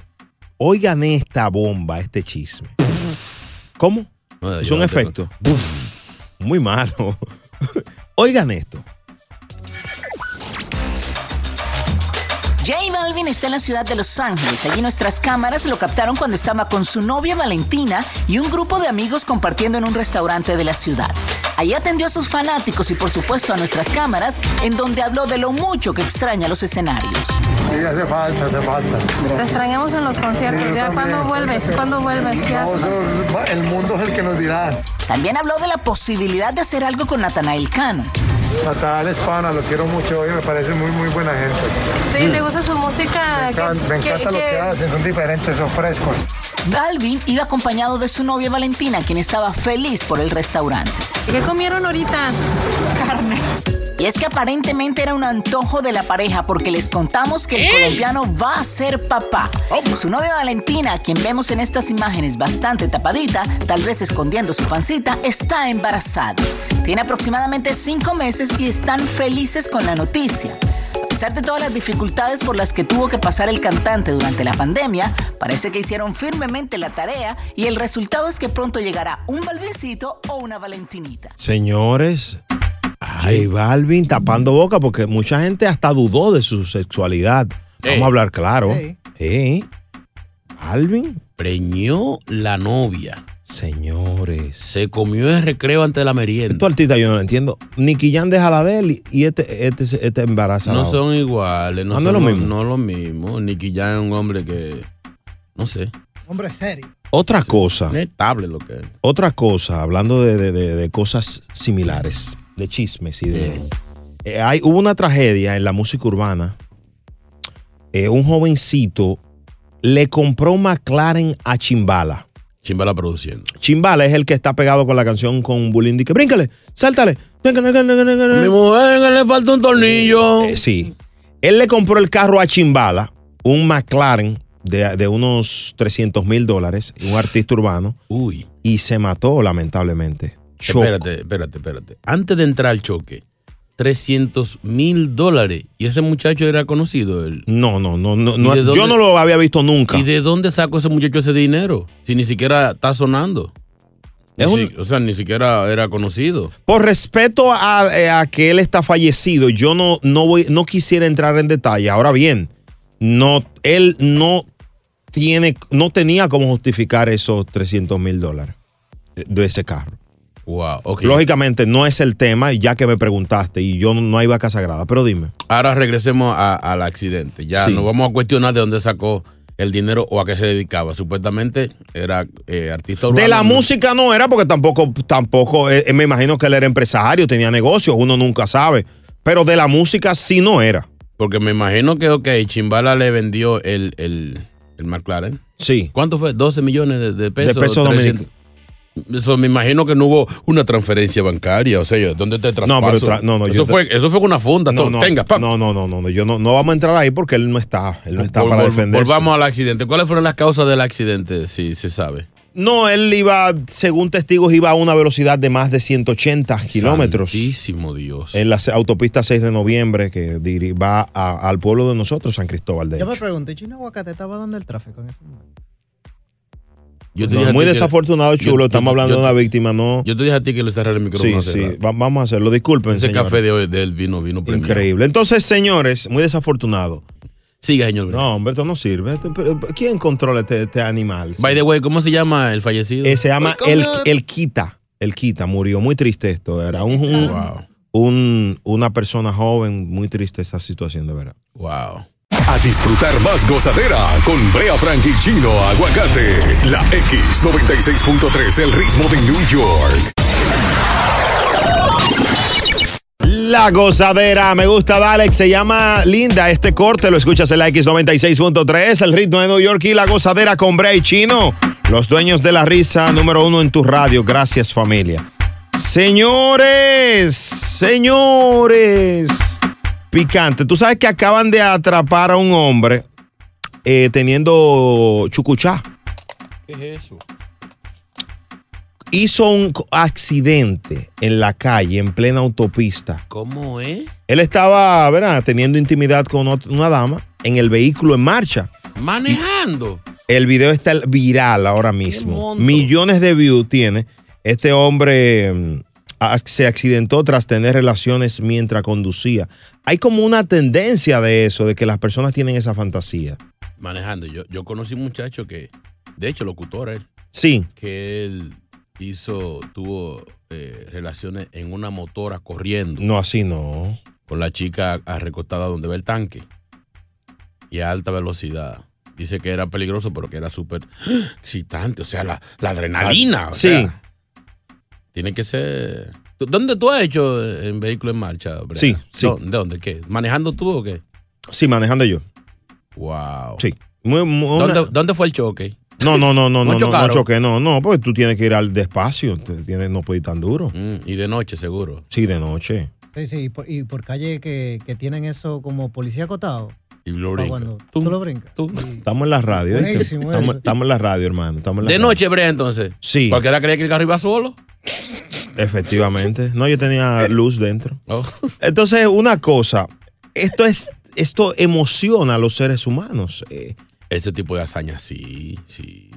S2: Oigan esta bomba, este chisme. ¿Cómo?
S3: yo
S2: es un
S3: no te
S2: efecto. Muy malo. Oigan esto.
S26: J Balvin está en la ciudad de Los Ángeles. Allí nuestras cámaras lo captaron cuando estaba con su novia Valentina y un grupo de amigos compartiendo en un restaurante de la ciudad. Ahí atendió a sus fanáticos y por supuesto a nuestras cámaras, en donde habló de lo mucho que extraña los escenarios.
S27: Sí, hace falta, hace falta.
S14: Te extrañamos en los conciertos.
S27: Sí, yo
S14: ya,
S27: también,
S14: ¿Cuándo
S27: yo
S14: vuelves?
S27: también.
S14: ¿Cuándo vuelves? Ya.
S27: No, eso- el mundo es el que nos dirá.
S26: También habló de la posibilidad de hacer algo con Natanael Cano.
S27: Natal Espana, lo quiero mucho, ella me parece muy, muy buena gente.
S14: Sí, ¿te gusta su música?
S27: Me encanta, me
S14: ¿Qué-
S27: encanta lo
S14: qué-
S27: que hacen, son diferentes, son frescos.
S26: Balvin iba acompañado de su novia Valentina, quien estaba feliz por el restaurante.
S14: ¿Qué comieron ahorita? Carne.
S26: Y es que aparentemente era un antojo de la pareja porque les contamos que el colombiano va a ser papá. Su novia Valentina, quien vemos en estas imágenes bastante tapadita, tal vez escondiendo su pancita, está embarazada. Tiene aproximadamente cinco meses y están felices con la noticia. A pesar de todas las dificultades por las que tuvo que pasar el cantante durante la pandemia, parece que hicieron firmemente la tarea y el resultado es que pronto llegará un Balvincito o una Valentinita.
S2: Señores, J Balvin tapando boca porque mucha gente hasta dudó de su sexualidad. Vamos a hablar claro.
S3: Ey.
S2: Ey, Balvin.
S3: Preñó la novia.
S2: Señores.
S3: Se comió el recreo antes de la merienda.
S2: Esto artista yo no lo entiendo. Nicky Jan deja la de él y este, este, se- este embarazado.
S3: No son iguales. No,
S2: Ah, no es
S3: son-
S2: lo mismo.
S3: No, es lo mismo. Nicky Jam es un hombre que. No sé.
S5: Hombre serio.
S2: Otra cosa.
S3: Inestable lo que es.
S2: Otra cosa, hablando de, de- de- de cosas similares, de chismes y de. Eh, hay, hubo una tragedia en la música urbana. Eh, un jovencito le compró un McLaren a Chimbala.
S3: Chimbala produciendo.
S2: Chimbala es el que está pegado con la canción con Bulindi que bríncale, sáltale. Mi
S3: mujer le falta un tornillo.
S2: Eh, sí. Él le compró el carro a Chimbala, un McLaren de, de unos 300 mil dólares, un artista urbano.
S3: Uy.
S2: Y se mató, lamentablemente. Chocó.
S3: Espérate, espérate, espérate. Antes de entrar al choque, 300 mil dólares. ¿Y ese muchacho era conocido? Él?
S2: No, no, no. no,
S3: ¿Y
S2: no-
S3: de
S2: yo
S3: dónde-
S2: no lo había visto nunca.
S3: ¿Y de dónde sacó ese muchacho ese dinero? Si ni siquiera está sonando. Ni si- o sea, ni siquiera era conocido.
S2: Por respeto a, eh, a que él está fallecido, yo no, no, voy, no quisiera entrar en detalle. Ahora bien, no, él no, tiene, no tenía cómo justificar esos 300 mil dólares de- de ese carro.
S3: Wow, ok.
S2: Lógicamente no es el tema, ya que me preguntaste y yo no, no hay vaca sagrada, pero dime.
S3: Ahora regresemos a- al accidente. Ya
S2: Sí.
S3: nos vamos a cuestionar de dónde sacó el dinero o a qué se dedicaba. Supuestamente era eh, artista urbano.
S2: De la
S3: ¿no?
S2: música no era porque tampoco, tampoco, eh, me imagino que él era empresario, tenía negocios, uno nunca sabe, pero de la música sí no era.
S3: Porque me imagino que, ok, Chimbala le vendió el, el, el McLaren.
S2: Sí.
S3: ¿Cuánto fue? 12 millones de, de pesos.
S2: De pesos
S3: 300. Eso me imagino que no hubo una transferencia bancaria. O sea, ¿dónde te traspaso?
S2: No, pero tra- no, no,
S3: eso,
S2: yo te-
S3: fue, eso fue con una funda.
S2: No,
S3: todo,
S2: no,
S3: tenga, pa.
S2: no, no, no, no, no, yo no, no vamos a entrar ahí porque él no está, él no está
S3: Vol-
S2: para
S3: vol-
S2: defenderse.
S3: Volvamos al accidente. ¿Cuáles fueron las causas del accidente? Si se sabe.
S2: No, él iba, según testigos, iba a una velocidad de más de 180 kilómetros.
S3: Santísimo Dios.
S2: En la se- autopista 6 de noviembre que diri- va a- al pueblo de nosotros, San Cristóbal de
S5: Yo me pregunto, ¿y Chino Aguacate estaba dando el tráfico en ese momento?
S3: Yo
S2: No,
S3: dije a
S2: muy
S3: ti que-
S2: desafortunado,
S3: yo-
S2: chulo.
S3: yo-
S2: Estamos hablando
S3: yo-
S2: de una víctima, ¿no?
S3: Yo te dije a ti que le cerrara el micrófono.
S2: Sí,
S3: hace
S2: sí.
S3: rato.
S2: va- vamos a hacerlo. Disculpen,
S3: Ese
S2: señores.
S3: café de hoy del vino, vino premiado.
S2: Increíble. Entonces, señores, muy desafortunado.
S3: Siga, señor.
S2: No, hombre, esto no sirve. Esto- pero, ¿Quién controla este, este animal?
S3: By the way, ¿cómo se llama el fallecido?
S2: Eh, se llama el, el Quita. El Quita murió. Muy triste esto. Era un, un- un- una persona joven. Muy triste esta situación, de verdad.
S3: Wow.
S1: A disfrutar más gozadera con Brea Frank y Chino Aguacate. La X96.3, el ritmo de New York.
S2: La gozadera, me gusta Alex, se llama Linda este corte, lo escuchas en la X96.3, el ritmo de New York y la gozadera con Bray Chino, los dueños de la risa número uno en tu radio, gracias familia. Señores, señores, picante, tú sabes que acaban de atrapar a un hombre eh, teniendo chucuchá.
S3: ¿Qué es eso?
S2: Hizo un accidente en la calle, en plena autopista.
S3: ¿Cómo es?
S2: Él estaba, ¿verdad?, teniendo intimidad con ot- una dama en el vehículo en marcha.
S3: Manejando.
S2: El video está viral ahora mismo. Millones de views tiene. Este hombre mm, a- se accidentó tras tener relaciones mientras conducía. Hay como una tendencia de eso, de que las personas tienen esa fantasía.
S3: manejando. Yo, yo conocí un muchacho que, de hecho, locutor él,
S2: Sí,
S3: que él hizo, tuvo eh, relaciones en una motora corriendo
S2: no así no.
S3: con la chica recostada donde va el tanque y a alta velocidad. Dice que era peligroso, pero que era súper excitante. O sea, la, la adrenalina. o
S2: Sí.
S3: sea, tiene que ser. ¿Tú- ¿Dónde tú has hecho eh, en vehículo en marcha? Brenda?
S2: Sí, sí.
S3: ¿Dó- ¿De dónde? ¿Qué? ¿Manejando tú o qué?
S2: Sí, manejando yo.
S3: Wow.
S2: Sí. Muy- muy- una-
S3: ¿Dónde, dónde fue el choque?
S2: No, no, no,
S3: ¿No
S2: no, no, no, no
S3: chocaron?
S2: choqué, no, no, pues tú tienes que ir al despacio, te tienes, no puedes ir tan duro.
S3: Mm, y de noche, seguro.
S2: Sí, de noche.
S5: Sí, sí, y por, y por calle que, que tienen eso como policía acotado.
S3: Y lo
S5: pa'
S3: brinca.
S5: cuando tú lo brincas.
S2: Estamos en la radio, ¿viste?
S5: Buenísimo
S2: estamos,
S5: eso.
S2: estamos en la radio, hermano. Estamos en la
S3: De
S2: radio.
S3: noche, Brea, entonces.
S2: Sí.
S3: Cualquiera creía que el carro iba solo.
S2: Efectivamente. No, yo tenía luz dentro.
S3: Oh.
S2: Entonces, una cosa, esto es, esto emociona a los seres humanos. eh,
S3: Ese tipo de hazañas, sí, sí.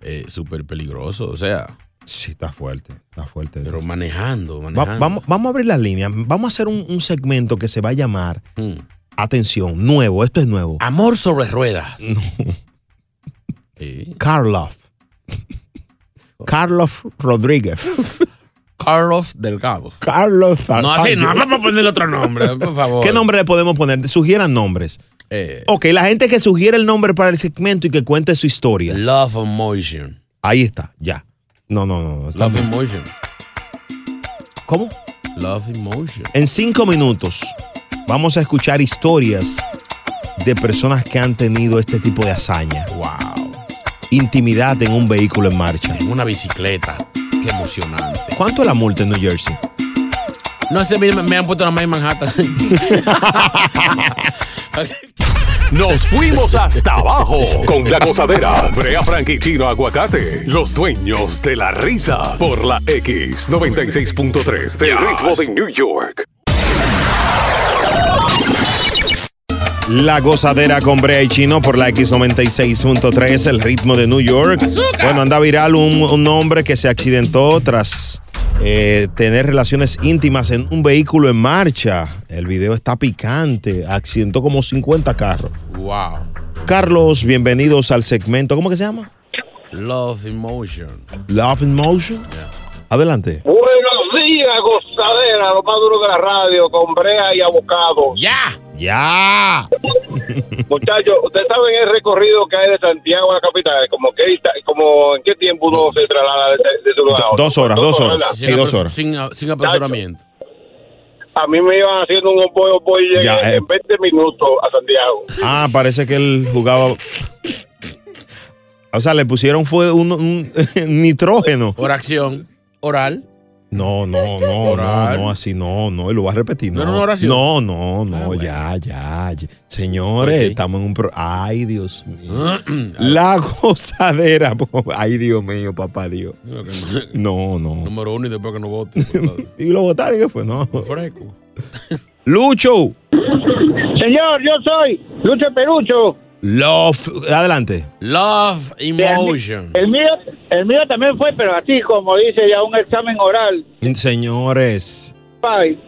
S3: Eh, Súper peligroso, o sea.
S2: Sí, está fuerte, está fuerte.
S3: Pero manejando,
S2: va-
S3: manejando.
S2: vamos, vamos a abrir las líneas, vamos a hacer un, un segmento que se va a llamar,
S3: Hmm.
S2: atención, nuevo, esto es nuevo.
S3: Amor sobre ruedas.
S2: Karloff. Carlos Rodríguez.
S3: Carlos Delgado.
S2: Carlos
S3: No, así, no,
S2: Alfaro.
S3: vamos a ponerle otro nombre, por favor.
S2: ¿Qué nombre le podemos poner? Sugieran nombres.
S3: Eh,
S2: Ok, la gente que sugiere el nombre para el segmento y que cuente su historia.
S3: Love on Motion.
S2: Ahí está, ya. No, no, no. no,
S3: Love
S2: estamos-
S3: in Motion.
S2: ¿Cómo?
S3: Love in Motion.
S2: En cinco minutos vamos a escuchar historias de personas que han tenido este tipo de hazaña.
S3: Wow.
S2: Intimidad en un vehículo en marcha.
S3: En una bicicleta. Qué emocionante.
S2: ¿Cuánto es la multa en New Jersey?
S3: No sé, me, me han puesto la más en Manhattan.
S1: Nos fuimos hasta abajo con la gozadera. Brea Frank y Chino Aguacate, los dueños de la risa por la X96.3 del ritmo de New York.
S2: La gozadera con Brea y Chino por la X96.3, el ritmo de New York. Bueno, anda viral un, un hombre que se accidentó tras eh, tener relaciones íntimas en un vehículo en marcha. El video está picante, accidentó como 50 carros.
S3: wow.
S2: Carlos, bienvenidos al segmento, ¿cómo que se llama?
S3: Love in Motion.
S2: Love in Motion. Adelante.
S16: Buenos días, gozadera, lo más duro de la radio, con brea y abocado.
S3: ¡Ya!
S2: ¡Ya!
S16: Muchachos, ¿ustedes saben el recorrido que hay de Santiago a la capital? Como que, como ¿En qué tiempo uno se traslada de, de su lugar a otro?
S2: Dos horas, dos horas.
S16: ¿verdad?
S2: Sí, dos horas.
S3: Sin, sin apresuramiento.
S16: A mí me iban haciendo un boy, boy, llegué
S2: Ya, eh.
S16: en 20 minutos a Santiago.
S2: Ah, parece que él jugaba. O sea, le pusieron fue un, un nitrógeno.
S3: Oración. Oral.
S2: No, no, no, no, no, así no, no, y lo voy a repetir. No,
S3: No, no, no, oración. Ah,
S2: no, no, no, ya, ya, ya. Señores,
S3: Pues sí. Ah,
S2: estamos en un pro. Ay, Dios mío. La gozadera. po- Ay, Dios mío, papá Dios. No, no.
S3: Número uno y después que no vote.
S2: ¿Y lo votaron qué fue? No. Lucho,
S16: Señor, yo soy Lucho Perucho.
S2: love. Adelante.
S3: Love in Motion.
S16: El mío, el mío también fue, pero así como dice ya un examen oral.
S2: Señores.
S16: Bye.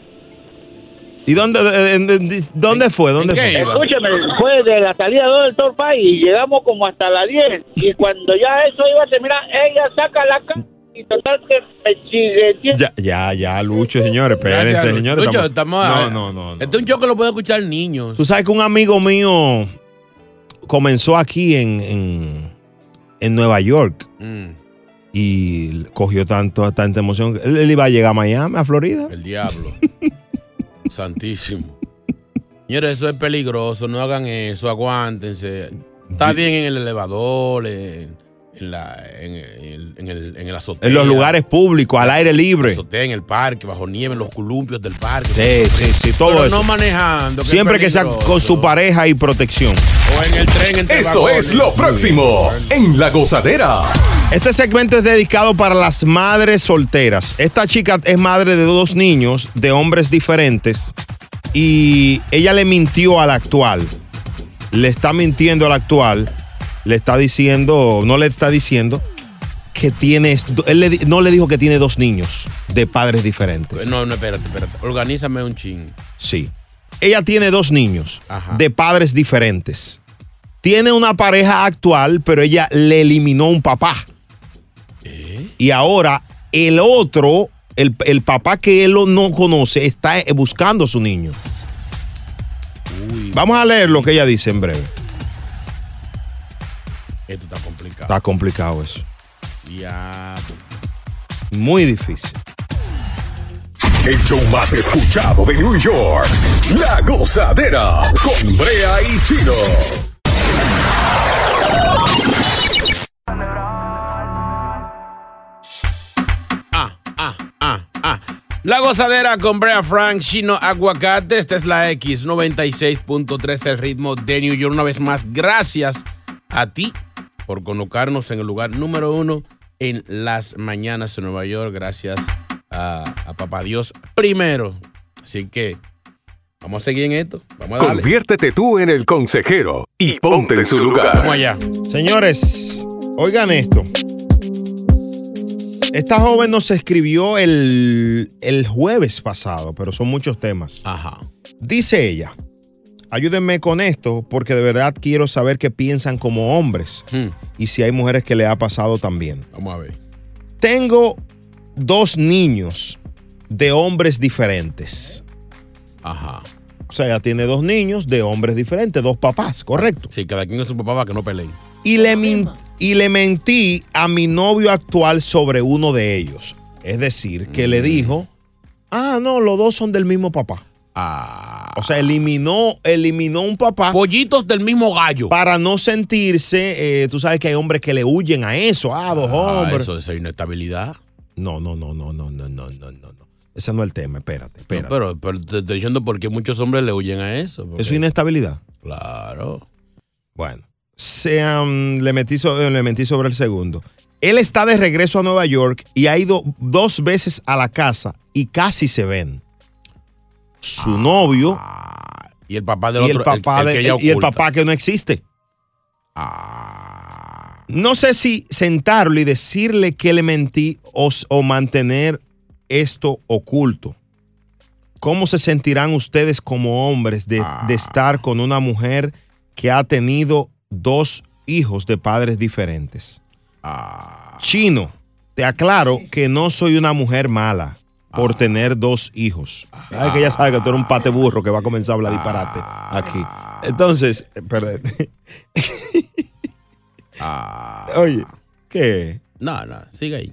S2: ¿Y dónde, en- en- en- dónde fue? ¿Dónde fue?
S16: Escúchame, fue de la salida 2 del Torpay y llegamos como hasta la 10. Y cuando ya eso iba a terminar, ella saca la cara y total que me sigue.
S2: Ya, ya, ya, Lucho, señores, espérense,
S3: Gracias,
S2: señores.
S3: Lucho,
S2: no,
S3: estamos-
S2: no, no, no.
S3: Este es un show que lo puede escuchar niños.
S2: Tú sabes que un amigo mío comenzó aquí en, en, en Nueva York
S3: Mm.
S2: y cogió tanto, tanta emoción. que Él, él iba a llegar a Miami, a Florida.
S3: El diablo. Santísimo. Señores, eso es peligroso. No hagan eso. Aguántense. Está bien en el elevador, en, en la, en, el, en, el, en el azotea.
S2: En los lugares públicos, al aire libre.
S3: Azotea en el parque, bajo nieve, en los columpios del parque.
S2: Sí, sí, sí, todo
S3: Pero
S2: eso.
S3: no manejando. que es
S2: Siempre que sea
S3: peligroso.
S2: con su pareja y protección.
S3: O en el tren entre
S1: Esto
S3: vagones.
S1: es lo próximo en la gozadera.
S2: Este segmento es dedicado para las madres solteras. Esta chica es madre de dos niños de hombres diferentes y ella le mintió al actual. Le está mintiendo al actual. Le está diciendo, no le está diciendo que tiene, él le di- no le dijo que tiene dos niños de padres diferentes.
S3: Pues No, no, espérate, espérate. Organízame un ching.
S2: Sí. Ella tiene dos niños de padres diferentes. Tiene una pareja actual, pero ella le eliminó un papá. Y ahora el otro, el, el papá que él lo- no conoce, está eh, buscando a su niño. Vamos a leer lo que ella dice en breve.
S3: Esto está complicado.
S2: Está complicado eso.
S3: Ya.
S2: Muy difícil.
S1: El show más escuchado de New York. La gozadera con Brea y Chino.
S3: Ah, ah, ah. La gozadera con Brea Frank, Chino Aguacate. Esta es la X 96.3, el ritmo de New York. Una vez más, gracias a ti por colocarnos en el lugar número uno en las mañanas en Nueva York. Gracias a, a Papá Dios primero. Así que vamos a seguir en esto. Vamos a darle.
S1: Conviértete tú en el consejero y ponte en su lugar.
S3: Vamos allá.
S2: Señores, oigan esto. Esta joven nos escribió el, el jueves pasado, pero son muchos temas.
S3: Ajá.
S2: Dice ella, ayúdenme con esto porque de verdad quiero saber qué piensan como hombres y si hay mujeres que le ha pasado también.
S3: Hmm. Vamos a ver.
S2: Tengo dos niños de hombres diferentes.
S3: Ajá.
S2: O sea, ella tiene dos niños de hombres diferentes, dos papás, correcto.
S3: Sí, cada quien es su papá para que no peleen.
S2: y le, min- y le mentí a mi novio actual sobre uno de ellos. Es decir, que
S3: Mm.
S2: le dijo, ah, no, los dos son del mismo papá. O sea, eliminó, eliminó un papá.
S3: Ah. Pollitos del mismo gallo.
S2: Para no sentirse, eh, tú sabes que hay hombres que le huyen a eso, ah, dos
S3: Ah,
S2: hombres.
S3: eso, eso es inestabilidad.
S2: No, no, no, no, no, no, no, no, no. Ese no es el tema, espérate,
S3: No,
S2: espérate.
S3: pero, pero te estoy diciendo por qué muchos hombres le huyen a eso. porque-
S2: ¿Eso es inestabilidad?
S3: Claro.
S2: Bueno. Se, um, le, metí so- le mentí sobre el segundo. Él está de regreso a Nueva York y ha ido dos veces a la casa y casi se ven. Su novio
S3: Y el papá del
S2: y,
S3: otro.
S2: el papá
S3: el
S2: de-
S3: que ella
S2: y el
S3: oculta.
S2: papá que no existe.
S3: Ah.
S2: No sé si sentarlo y decirle que le mentí o, s- o mantener esto oculto. ¿Cómo se sentirán ustedes como hombres de,
S3: Ah.
S2: de estar con una mujer que ha tenido dos hijos de padres diferentes?
S3: Ah.
S2: Chino, te aclaro que no soy una mujer mala por
S3: Ah.
S2: tener dos hijos. Ay, que ya sabe que tú eres un pate burro que va a comenzar a hablar disparate aquí. Entonces, eh, perdón. Oye, ¿qué?
S3: Ah. No, no, sigue ahí.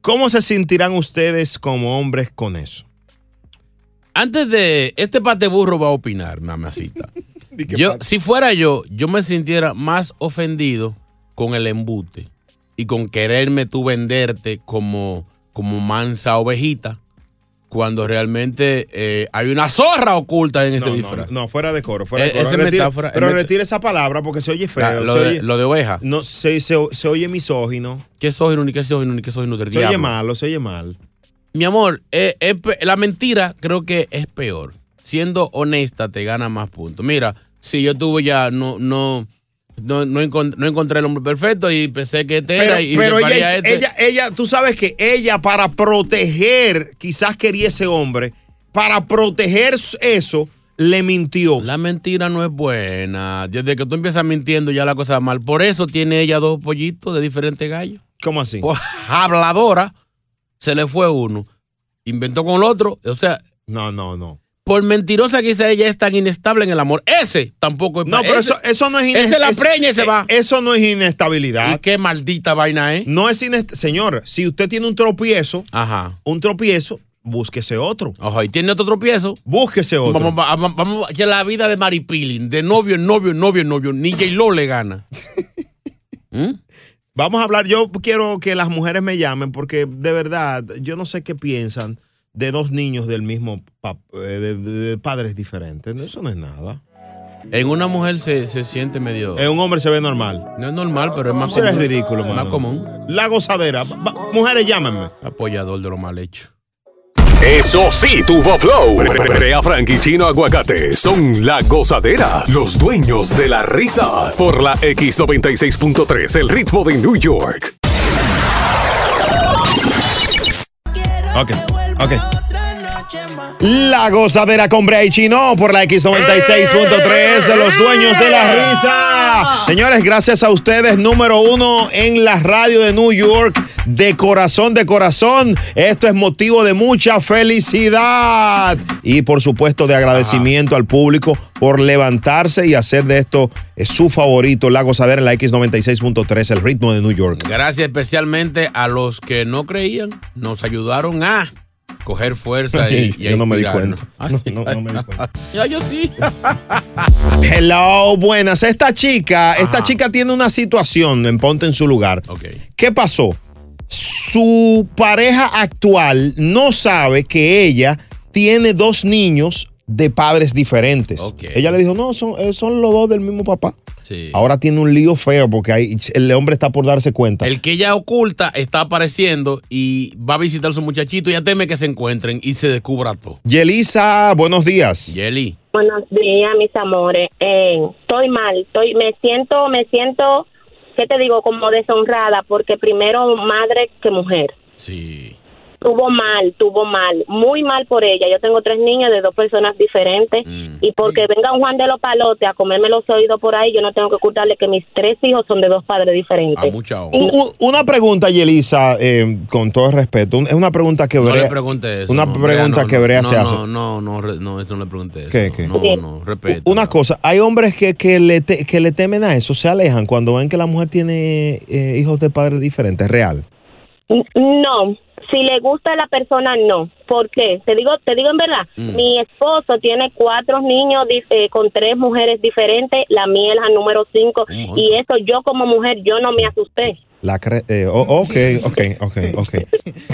S2: ¿Cómo se sentirán ustedes como hombres con eso?
S3: Antes de. Este pate burro va a opinar, mamacita. yo, si fuera yo, yo me sintiera más ofendido con el embute y con quererme tú venderte como, como mansa ovejita cuando realmente eh, hay una zorra oculta en ese
S2: no,
S3: disfraz.
S2: no, fuera de coro, fuera de
S3: Eh,
S2: coro.
S3: esa
S2: Retira-
S3: metáfora-
S2: pero
S3: el met-
S2: retira esa palabra porque se oye feo.
S3: La- lo,
S2: se,
S3: de,
S2: oye,
S3: lo de oveja.
S2: no, se, se- se oye misógino.
S3: ¿Qué es oír ni qué es oír ni qué es oír del
S2: Se oye
S3: diablo?
S2: malo, se oye mal.
S3: Mi amor, eh, es pe- la mentira creo que es peor. Siendo honesta te gana más puntos. Mira, si yo tuve ya, no, no, no, no, encon- no encontré el hombre perfecto y pensé que este
S2: Pero,
S3: era. Y
S2: pero
S3: me paré
S2: ella,
S3: a este.
S2: ella, ella, tú sabes que ella para proteger, quizás quería ese hombre, para proteger eso, le mintió.
S3: La mentira no es buena. Desde que tú empiezas mintiendo ya la cosa va mal. Por eso tiene ella dos pollitos de diferentes gallos. Pues,
S2: ¿Cómo así?
S3: habladora, se le fue uno. Inventó con el otro. O sea.
S2: No, no, no.
S3: Por mentirosa que sea ella es tan inestable en el amor. Ese tampoco es
S2: No, pero eso, eso no es eh,
S3: inestable. Ese la preña y se va.
S2: Eso no es inestabilidad.
S3: Y qué maldita vaina ¿eh? es.
S2: No es inestabilidad. Señor, si usted tiene un tropiezo, un tropiezo, búsquese otro.
S3: Ojo, y tiene otro tropiezo.
S2: Búsquese otro.
S3: Vamos, va- va- vamos, que la vida de Mari Pilling, de novio en novio en novio en novio, ni J. Lo le gana.
S2: Vamos a hablar, yo quiero que las mujeres me llamen porque de verdad, yo no sé qué piensan de dos niños del mismo, pa- eh, de, de- de padres diferentes. Eso no es nada.
S3: En una mujer se, se siente medio.
S2: En un hombre se ve normal.
S3: No es normal, pero es más
S2: Eso es
S3: común.
S2: ridículo,
S3: Más
S2: mano.
S3: común.
S2: La gozadera. Va- mujeres, llámenme.
S3: Apoyador de lo mal hecho.
S1: Eso sí tuvo flow. Brea Frank y Chino Aguacate son la gozadera, los dueños de la risa. Por la X96.3, el ritmo de New York.
S2: Ok, ok. La gozadera con Brea y Chino por la X96.3 de los dueños de la risa. Señores, gracias a ustedes, número uno en la radio de New York, de corazón, de corazón. Esto es motivo de mucha felicidad y por supuesto de agradecimiento al público por levantarse y hacer de esto eh, su favorito, la gozadera en la X96.3, el ritmo de New York.
S3: Gracias especialmente a los que no creían, nos ayudaron a coger fuerza y, y a
S2: Yo no me di
S3: inspirarnos.
S2: cuenta. No, no, no me di cuenta.
S3: Ya yo sí.
S2: Hello, buenas. Esta chica, esta chica tiene una situación en Ponte en su lugar. ¿Qué pasó? Su pareja actual no sabe que ella tiene dos niños de padres diferentes. Ella le dijo, no, son, eh, son los dos del mismo papá. Ahora tiene un lío feo porque ahí el hombre está por darse cuenta.
S3: El que ella oculta está apareciendo y va a visitar a su muchachito y ya teme que se encuentren y se descubra todo.
S2: Yelisa, buenos días.
S3: Yeli.
S15: Buenos días, mis amores. Eh, estoy mal, estoy, me siento, me siento, ¿qué te digo? Como deshonrada, porque primero madre que mujer.
S3: Sí.
S15: Tuvo mal, tuvo mal, muy mal por ella. Yo tengo tres niños de dos personas diferentes y porque venga un Juan de los Palotes a comerme los oídos por ahí, yo no tengo que ocultarle que mis tres hijos son de dos padres diferentes.
S2: U- u- una pregunta, Yelisa, eh, con todo el respeto. Un- Es una pregunta que
S3: No
S2: Brea-
S3: le pregunte eso.
S2: Una
S3: no,
S2: pregunta
S3: no,
S2: que Brea
S3: no,
S2: se
S3: no,
S2: hace.
S3: No, no, no, re- no, eso no le pregunte eso.
S2: ¿Qué, qué?
S3: No, no, respeto.
S2: Una cosa, hay hombres que, que le te- que le temen a eso, se alejan cuando ven que la mujer tiene eh, hijos de padres diferentes, real.
S15: N- No, si le gusta a la persona, no. ¿Por qué? Te digo, te digo en verdad, mi esposo tiene cuatro niños di- eh, con tres mujeres diferentes, la mía es la número cinco, y eso yo como mujer, yo no me asusté.
S2: La cre- eh, o- ok, ok, ok, ok.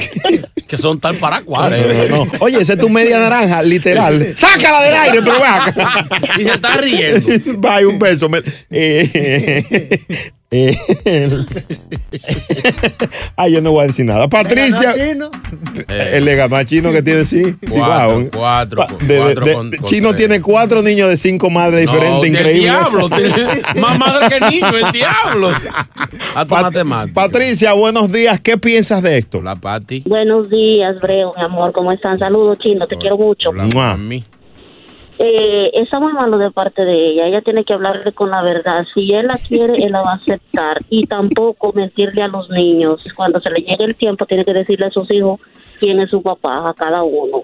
S3: Que son tal para cual.
S2: No, no. Oye, esa es tu media naranja, literal. ¡Sácala del aire, pero ven acá!
S3: Y se está riendo.
S2: Bye, un beso. me- eh, eh, el- Ay, yo no voy a decir nada. Patricia.
S5: Le ganó a Chino.
S2: El de ganó a Chino que tiene, sí.
S3: Cuatro,
S2: Wow.
S3: cuatro, con-
S2: De- de-
S3: cuatro
S2: de-
S3: con- con
S2: Chino
S3: tres.
S2: tiene cuatro niños de cinco madres
S3: No,
S2: diferentes,
S3: del
S2: increíble.
S3: diablo, tiene más madre que niño, el diablo. Hasta matemática.
S2: Patricia, buenos días. ¿Qué piensas de esto?
S3: La Pati.
S17: Buenos días, Breo, mi amor, ¿cómo están? Saludos, chino, te quiero mucho. Eh, está muy malo de parte de ella, ella tiene que hablarle con la verdad. Si él la quiere, él la va a aceptar y tampoco mentirle a los niños. Cuando se le llegue el tiempo, tiene que decirle a sus hijos quién es su papá, a cada uno.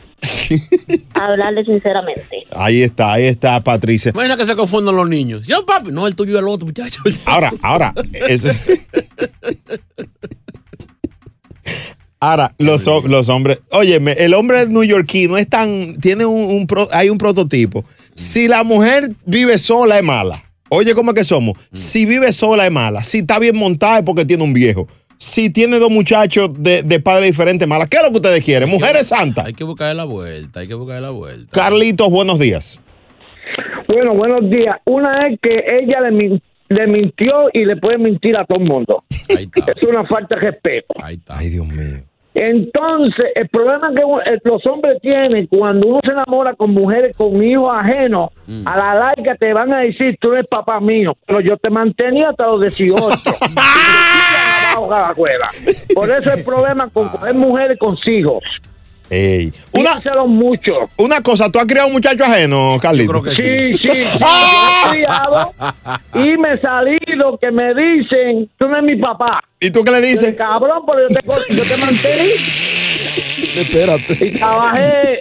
S17: Hablarle sinceramente.
S2: Ahí está, ahí está, Patricia.
S3: Imagina que se confundan los niños. Yo, papi, no, el tuyo y el otro, muchacho.
S2: Ahora, ahora, eso- Ahora, los, hom- los hombres, óyeme, el hombre neoyorquino es tan, tiene un, un pro- hay un
S3: Mm.
S2: prototipo. Si la mujer vive sola es mala. Oye, ¿cómo es que somos?
S3: Mm.
S2: Si vive sola es mala. Si está bien montada es porque tiene un viejo. Si tiene dos muchachos de, de padres diferentes, mala. ¿Qué es lo que ustedes quieren? Mujeres santas.
S3: Hay que buscarle la vuelta, hay que buscarle la vuelta.
S2: Carlitos, buenos días.
S18: Bueno, buenos días. Una es que ella le, min- le mintió y le puede mentir a todo el mundo. Es una falta de respeto.
S2: Ay, Dios mío.
S18: Entonces, el problema que u- eh, los hombres tienen cuando uno se enamora con mujeres con hijos ajenos,
S2: Mm.
S18: a la larga te van a decir, tú eres papá mío, pero yo te mantenía hasta los 18. Abajo cada cueva. Por eso el problema con coger mujeres con hijos.
S2: Ey. Una,
S18: mucho.
S2: Una cosa, ¿tú has criado un muchacho ajeno, Carlitos?
S18: Sí, sí, sí, yo he criado
S2: Ah.
S18: y me salí lo que me dicen, tú no eres mi papá.
S2: ¿Y tú qué le
S18: dices? Cabrón, pero yo te, co- yo te mantení.
S2: Espérate.
S18: Y trabajé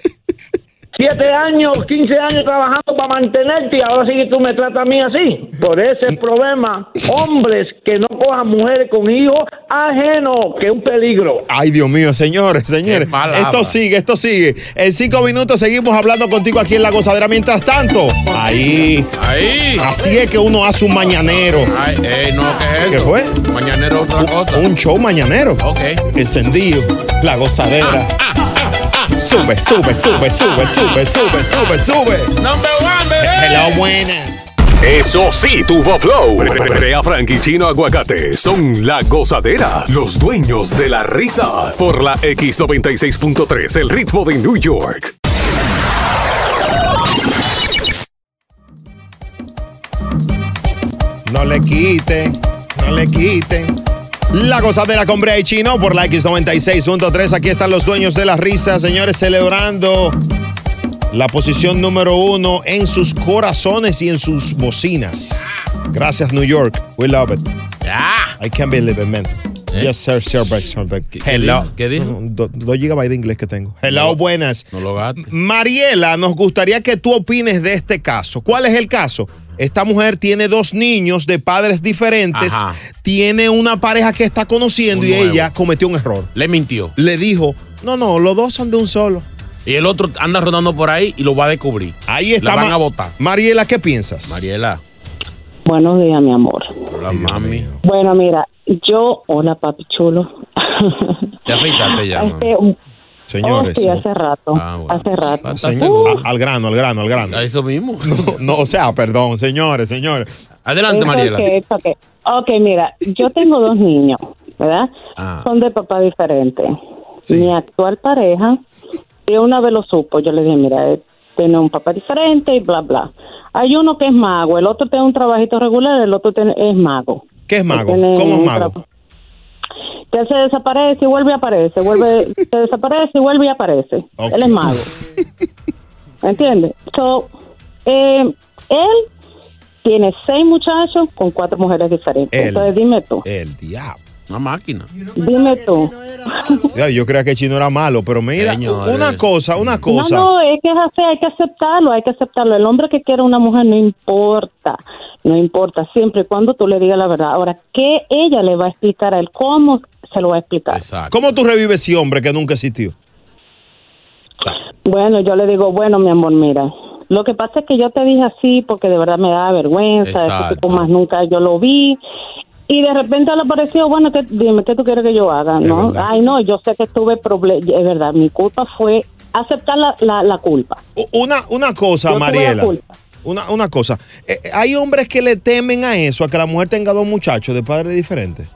S18: siete años, 15 años trabajando para mantenerte y ahora sí que tú me tratas a mí así. Por ese problema, hombres que no cojan mujeres con hijos ajenos, que es un peligro.
S2: Ay, Dios mío, señores, señores. Esto sigue, esto sigue. En cinco minutos seguimos hablando contigo aquí en la gozadera. Mientras tanto, ahí.
S3: Ahí.
S2: Así es que uno hace un mañanero.
S3: Ay, ey, no, ¿qué es eso?
S2: ¿Qué fue?
S3: Mañanero otra cosa.
S2: Un show mañanero.
S3: Ok.
S2: Encendido. La gozadera. Sube, sube, sube, sube, sube, sube, sube, sube.
S3: Number one,
S2: Hello, buena.
S1: Eso sí, tuvo flow. Brea Frank y Chino Aguacate son la gozadera, los dueños de la risa. Por la X96.3, el ritmo de New York.
S2: No le quiten, no le quiten, La gozadera con Brea y Chino por la X96.3. Aquí están los dueños de la risa, señores, celebrando la posición número uno en sus corazones y en sus bocinas. Gracias, New York. We love it. I can't believe it, man. Yes, sir, sir, sir, sir. Hello.
S3: dijo? Ah. Eh. ¿Qué dijo?
S2: Do- Dos gigabytes de inglés que tengo. Hello,
S3: No.
S2: buenas.
S3: No lo gaste.
S2: Mariela, nos gustaría que tú opines de este caso. ¿Cuál es el caso? Esta mujer tiene dos niños de padres diferentes,
S3: Ajá.
S2: tiene una pareja que está conociendo
S3: Un
S2: y
S3: nuevo.
S2: ella cometió un error.
S3: Le mintió.
S2: Le dijo, no, no, los dos son de un solo.
S3: Y el otro anda rodando por ahí y lo va a descubrir.
S2: Ahí está.
S3: La van
S2: Ma-
S3: a votar.
S2: Mariela, ¿qué piensas?
S3: Mariela.
S11: Buenos días, mi amor.
S3: Hola, mami.
S11: Bueno, mira, yo, hola papi chulo.
S3: Te afeitaste ya. mami.
S11: Este, oh,
S2: Señores.
S11: sí, hace rato,
S3: Ah,
S11: hace rato.
S2: Señor, a- al grano, al grano, al grano. A
S3: eso mismo.
S2: No, no, o sea, perdón, señores, señores.
S11: Es ok, es ok. Ok, mira, yo tengo dos niños, ¿verdad? Son de papá diferente. Mi actual pareja, yo una vez lo supo, yo le dije, mira, él tiene un papá diferente y bla, bla. Hay uno que es mago, el otro tiene un trabajito regular, el otro tiene- es mago.
S2: ¿Qué es mago?
S11: Tiene
S2: ¿Cómo es
S11: un
S2: mago?
S11: Que se desaparece y vuelve y aparece, vuelve, se desaparece y vuelve y aparece.
S2: Ok.
S11: Él es mago. ¿Entiendes? So, eh, él tiene seis muchachos con cuatro mujeres diferentes.
S2: Él.
S11: Entonces dime tú,
S2: El diablo.
S3: Una máquina.
S11: dime tú.
S2: Ya, yo creía que Chino era malo, pero mira,
S11: Señores.
S2: una cosa, una cosa.
S11: No, no, es que es así, hay que aceptarlo, hay que aceptarlo. El hombre que quiere una mujer no importa, no importa, siempre y cuando tú le digas la verdad. Ahora, ¿qué ella le va a explicar a él? ¿Cómo se lo va a explicar?
S2: ¿Cómo tú revives ese hombre que nunca existió?
S11: Bueno, yo le digo, bueno, mi amor, mira, lo que pasa es que yo te dije así porque de verdad me daba vergüenza, ese tipo más nunca yo lo vi. Y de repente le apareció, bueno, ¿qué- dime, ¿qué tú quieres que yo haga? ¿no? Ay, no, yo sé que tuve problemas, es verdad, mi culpa fue aceptar la, la, la culpa.
S2: U- Una, una cosa,
S11: Yo tuve la
S2: Mariela.
S11: culpa.
S2: Una, una cosa. Eh, eh, hay hombres que le temen a eso, a que la mujer tenga dos muchachos de padres diferentes.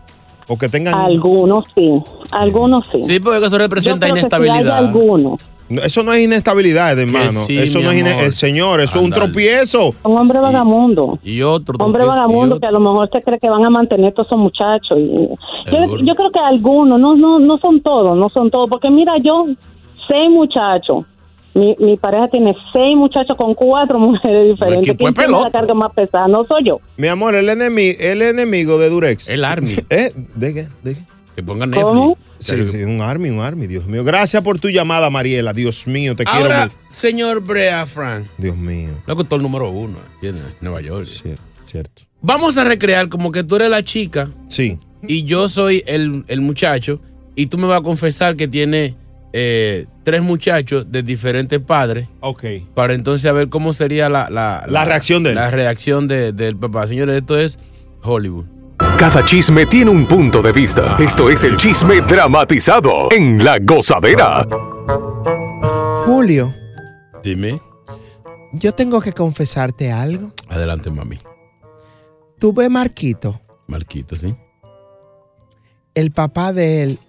S2: O que tengan.
S11: Algunos sí, algunos sí.
S3: Sí, porque eso representa
S11: Yo creo que sí hay
S3: inestabilidad.
S11: algunos.
S2: No, Eso no es inestabilidad, hermano.
S3: sí,
S2: eso
S3: mi
S2: no es ine-
S3: amor.
S2: eh, Señor, eso es un
S3: Ándale.
S2: tropiezo.
S11: Un hombre vagamundo.
S3: Y otro.
S11: Hombre vagamundo que a lo mejor se cree que van a mantener todos esos muchachos. Y- yo, yo creo que algunos, no, no, no son todos, no son todos, porque mira, yo seis muchachos. Mi, mi pareja tiene seis muchachos con cuatro mujeres diferentes.
S2: equipo
S11: ¿Quién
S2: es
S11: tiene la carga más pesada? No soy yo.
S2: Mi amor, el, enemi- el enemigo de Durex.
S3: El Army.
S2: ¿Eh? ¿De qué? ¿De qué?
S3: Que pongan
S2: Netflix.
S3: ¿Cómo?
S2: Sí, sí, un Army, un Army, Dios mío. Gracias por tu llamada, Mariela. Dios mío, te quiero
S3: Ahora,
S2: mucho.
S3: señor Brea Frank.
S2: Dios mío.
S3: Loco, tú el número uno aquí en Nueva York.
S2: cierto.
S3: Vamos a recrear como que tú eres la chica.
S2: Sí.
S3: Y yo soy el, el muchacho. Y tú me vas a confesar que tiene eh, tres muchachos de diferentes padres.
S2: Ok.
S3: Para entonces a ver cómo sería la, la,
S1: La reacción de él.
S3: La reacción de- del papá. Señores, esto es Hollywood.
S1: Cada chisme tiene un punto de vista. Esto es el chisme dramatizado en La Gozadera.
S2: Julio,
S3: Dime.
S2: yo tengo que confesarte algo.
S3: Adelante, mami.
S2: Tuve Marquito,
S3: Marquito, ¿sí?
S2: el papá de él.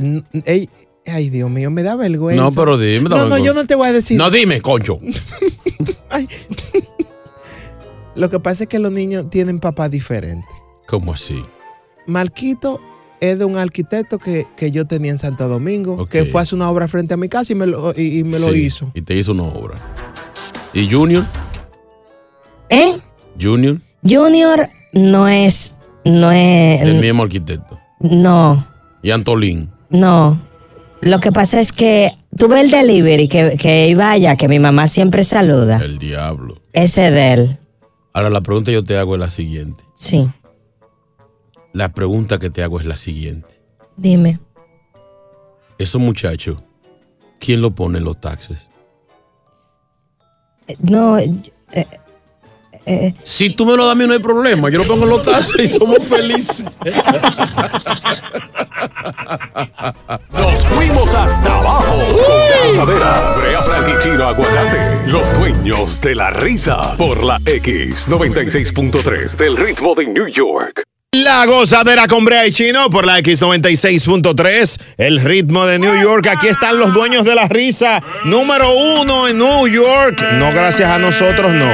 S2: n- ey- ay, Dios mío, me da vergüenza.
S3: No, pero dime,
S2: Pues, No, no,
S3: tampoco.
S2: yo no te voy a decir.
S3: No dime, concho.
S2: Lo que pasa es que los niños tienen papá diferente.
S3: ¿Cómo así?
S2: Marquito es de un arquitecto que, que yo tenía en Santo Domingo, que fue a hacer una obra frente a mi casa y me lo, y, y me lo
S3: Sí,
S2: hizo.
S3: Y te hizo una obra. ¿Y Junior?
S19: ¿Eh?
S3: Junior,
S19: Junior no es, no es,
S3: el mismo arquitecto.
S19: no,
S3: Y Antolín.
S19: no. Lo que pasa es que tuve el delivery que, que iba allá, que mi mamá siempre saluda.
S3: El diablo.
S19: Ese de él,
S3: Ahora la pregunta yo te hago es la siguiente.
S19: sí.
S3: La pregunta que te hago es la siguiente.
S19: Dime.
S3: Esos muchachos, ¿quién lo pone en los taxes?
S19: Eh, No, eh, eh,
S3: Si tú me lo das a mí no hay problema. Yo lo pongo en los taxes y somos felices.
S1: Nos fuimos hasta abajo. con La Gozadera. Brea Frank y Chino Aguacate. Los dueños de la risa. Por la X96.3 del ritmo de New York.
S2: La gozadera con Brea y Chino por la X96.3, el ritmo de New York. Aquí están los dueños de la risa, número uno en New York. No gracias a nosotros, no.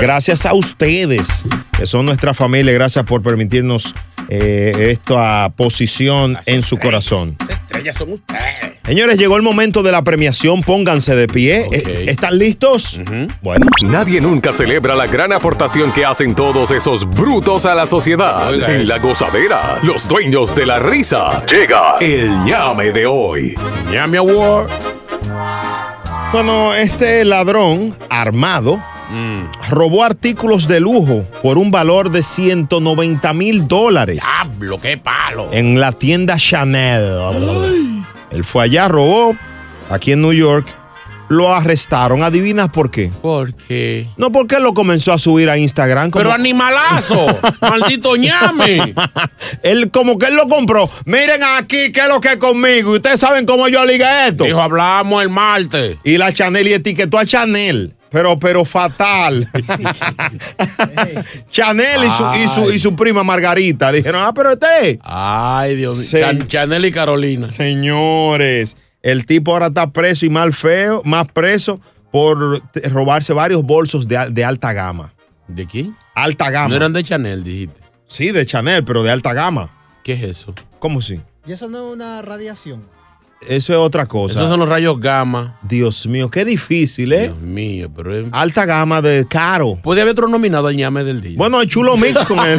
S2: Gracias a ustedes, que son nuestra familia. Gracias por permitirnos eh, esta posición en su corazón.
S3: Estrellas son ustedes.
S2: Señores, llegó el momento de la premiación. Pónganse de pie. Eh, ¿Están listos? Bueno.
S1: Nadie nunca celebra la gran aportación que hacen todos esos brutos a la sociedad. En la gozadera, los dueños de la risa. Llega el ñame de hoy.
S3: ñame award.
S2: Bueno, este ladrón armado robó artículos de lujo por un valor de 190 mil dólares
S3: Hablo, qué palo.
S2: en la tienda Chanel. Él fue allá, robó, aquí en New York. Lo arrestaron. ¿Adivinas por qué?
S3: ¿Por qué?
S2: No, porque lo comenzó a subir a Instagram. como-
S3: Pero animalazo, maldito ñame.
S2: él como que él lo compró. Miren aquí qué es lo que es conmigo. Y ustedes saben cómo yo ligué esto.
S3: Dijo, hablamos el martes.
S2: Y la Chanel y etiquetó a Chanel. Pero, pero fatal. Chanel y su, y, su, y su prima Margarita dijeron, ah, pero este.
S3: Ay, Dios mío. Chan- Chanel y Carolina.
S2: Señores, el tipo ahora está preso y mal feo, más preso por t- robarse varios bolsos de, al- de alta gama.
S3: ¿De quién?
S2: Alta gama.
S3: No eran de Chanel, dijiste.
S2: Sí, de Chanel, pero de alta gama.
S3: ¿Qué es eso?
S2: ¿Cómo sí?
S5: Y eso no es una radiación.
S2: Eso es otra cosa.
S3: Esos son los rayos gamma.
S2: Dios mío, qué difícil, ¿eh?
S3: Dios mío, pero es... Pues,
S2: Alta gama de caro.
S3: Puede haber otro nominado al ñame del día.
S2: Bueno, el chulo mix con él.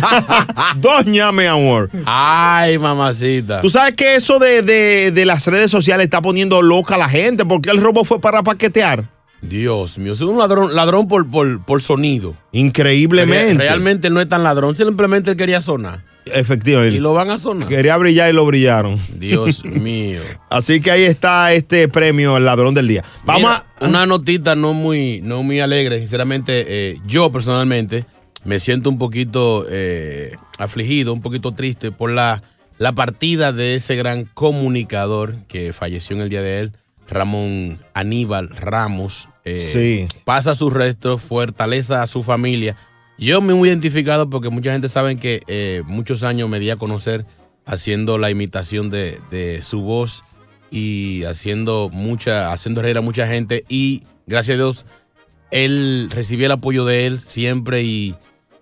S2: Dos ñame, amor.
S3: Ay, mamacita.
S2: Tú sabes que eso de, de- de las redes sociales está poniendo loca a la gente porque el robo fue para paquetear.
S3: Dios mío, es un ladrón, ladrón por, por, por sonido.
S2: Increíblemente.
S3: Re- realmente no es tan ladrón, simplemente él quería sonar.
S2: Efectivamente.
S3: Y lo van a sonar.
S2: Quería brillar y lo brillaron.
S3: Dios mío.
S2: Así que ahí está este premio, el ladrón del día. Vamos
S3: Mira, una notita no muy, no muy alegre, sinceramente, eh, yo personalmente me siento un poquito eh, afligido, un poquito triste por la, la partida de ese gran comunicador que falleció en el día de él, Ramón Aníbal Ramos. Eh,
S2: Sí.
S3: Pasa sus restos, fortaleza a su familia. Yo me he identificado porque mucha gente sabe que eh, muchos años me di a conocer haciendo la imitación de, de su voz y haciendo mucha, haciendo reír a mucha gente. Y gracias a Dios, él recibí el apoyo de él siempre y,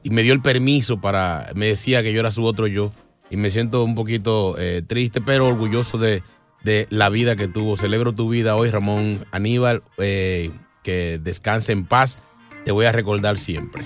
S3: y me dio el permiso para, me decía que yo era su otro yo. Y me siento un poquito eh, triste, pero orgulloso de, de la vida que tuvo. Celebro tu vida hoy, Ramón Aníbal. eh, que descanse en paz. Te voy a recordar siempre.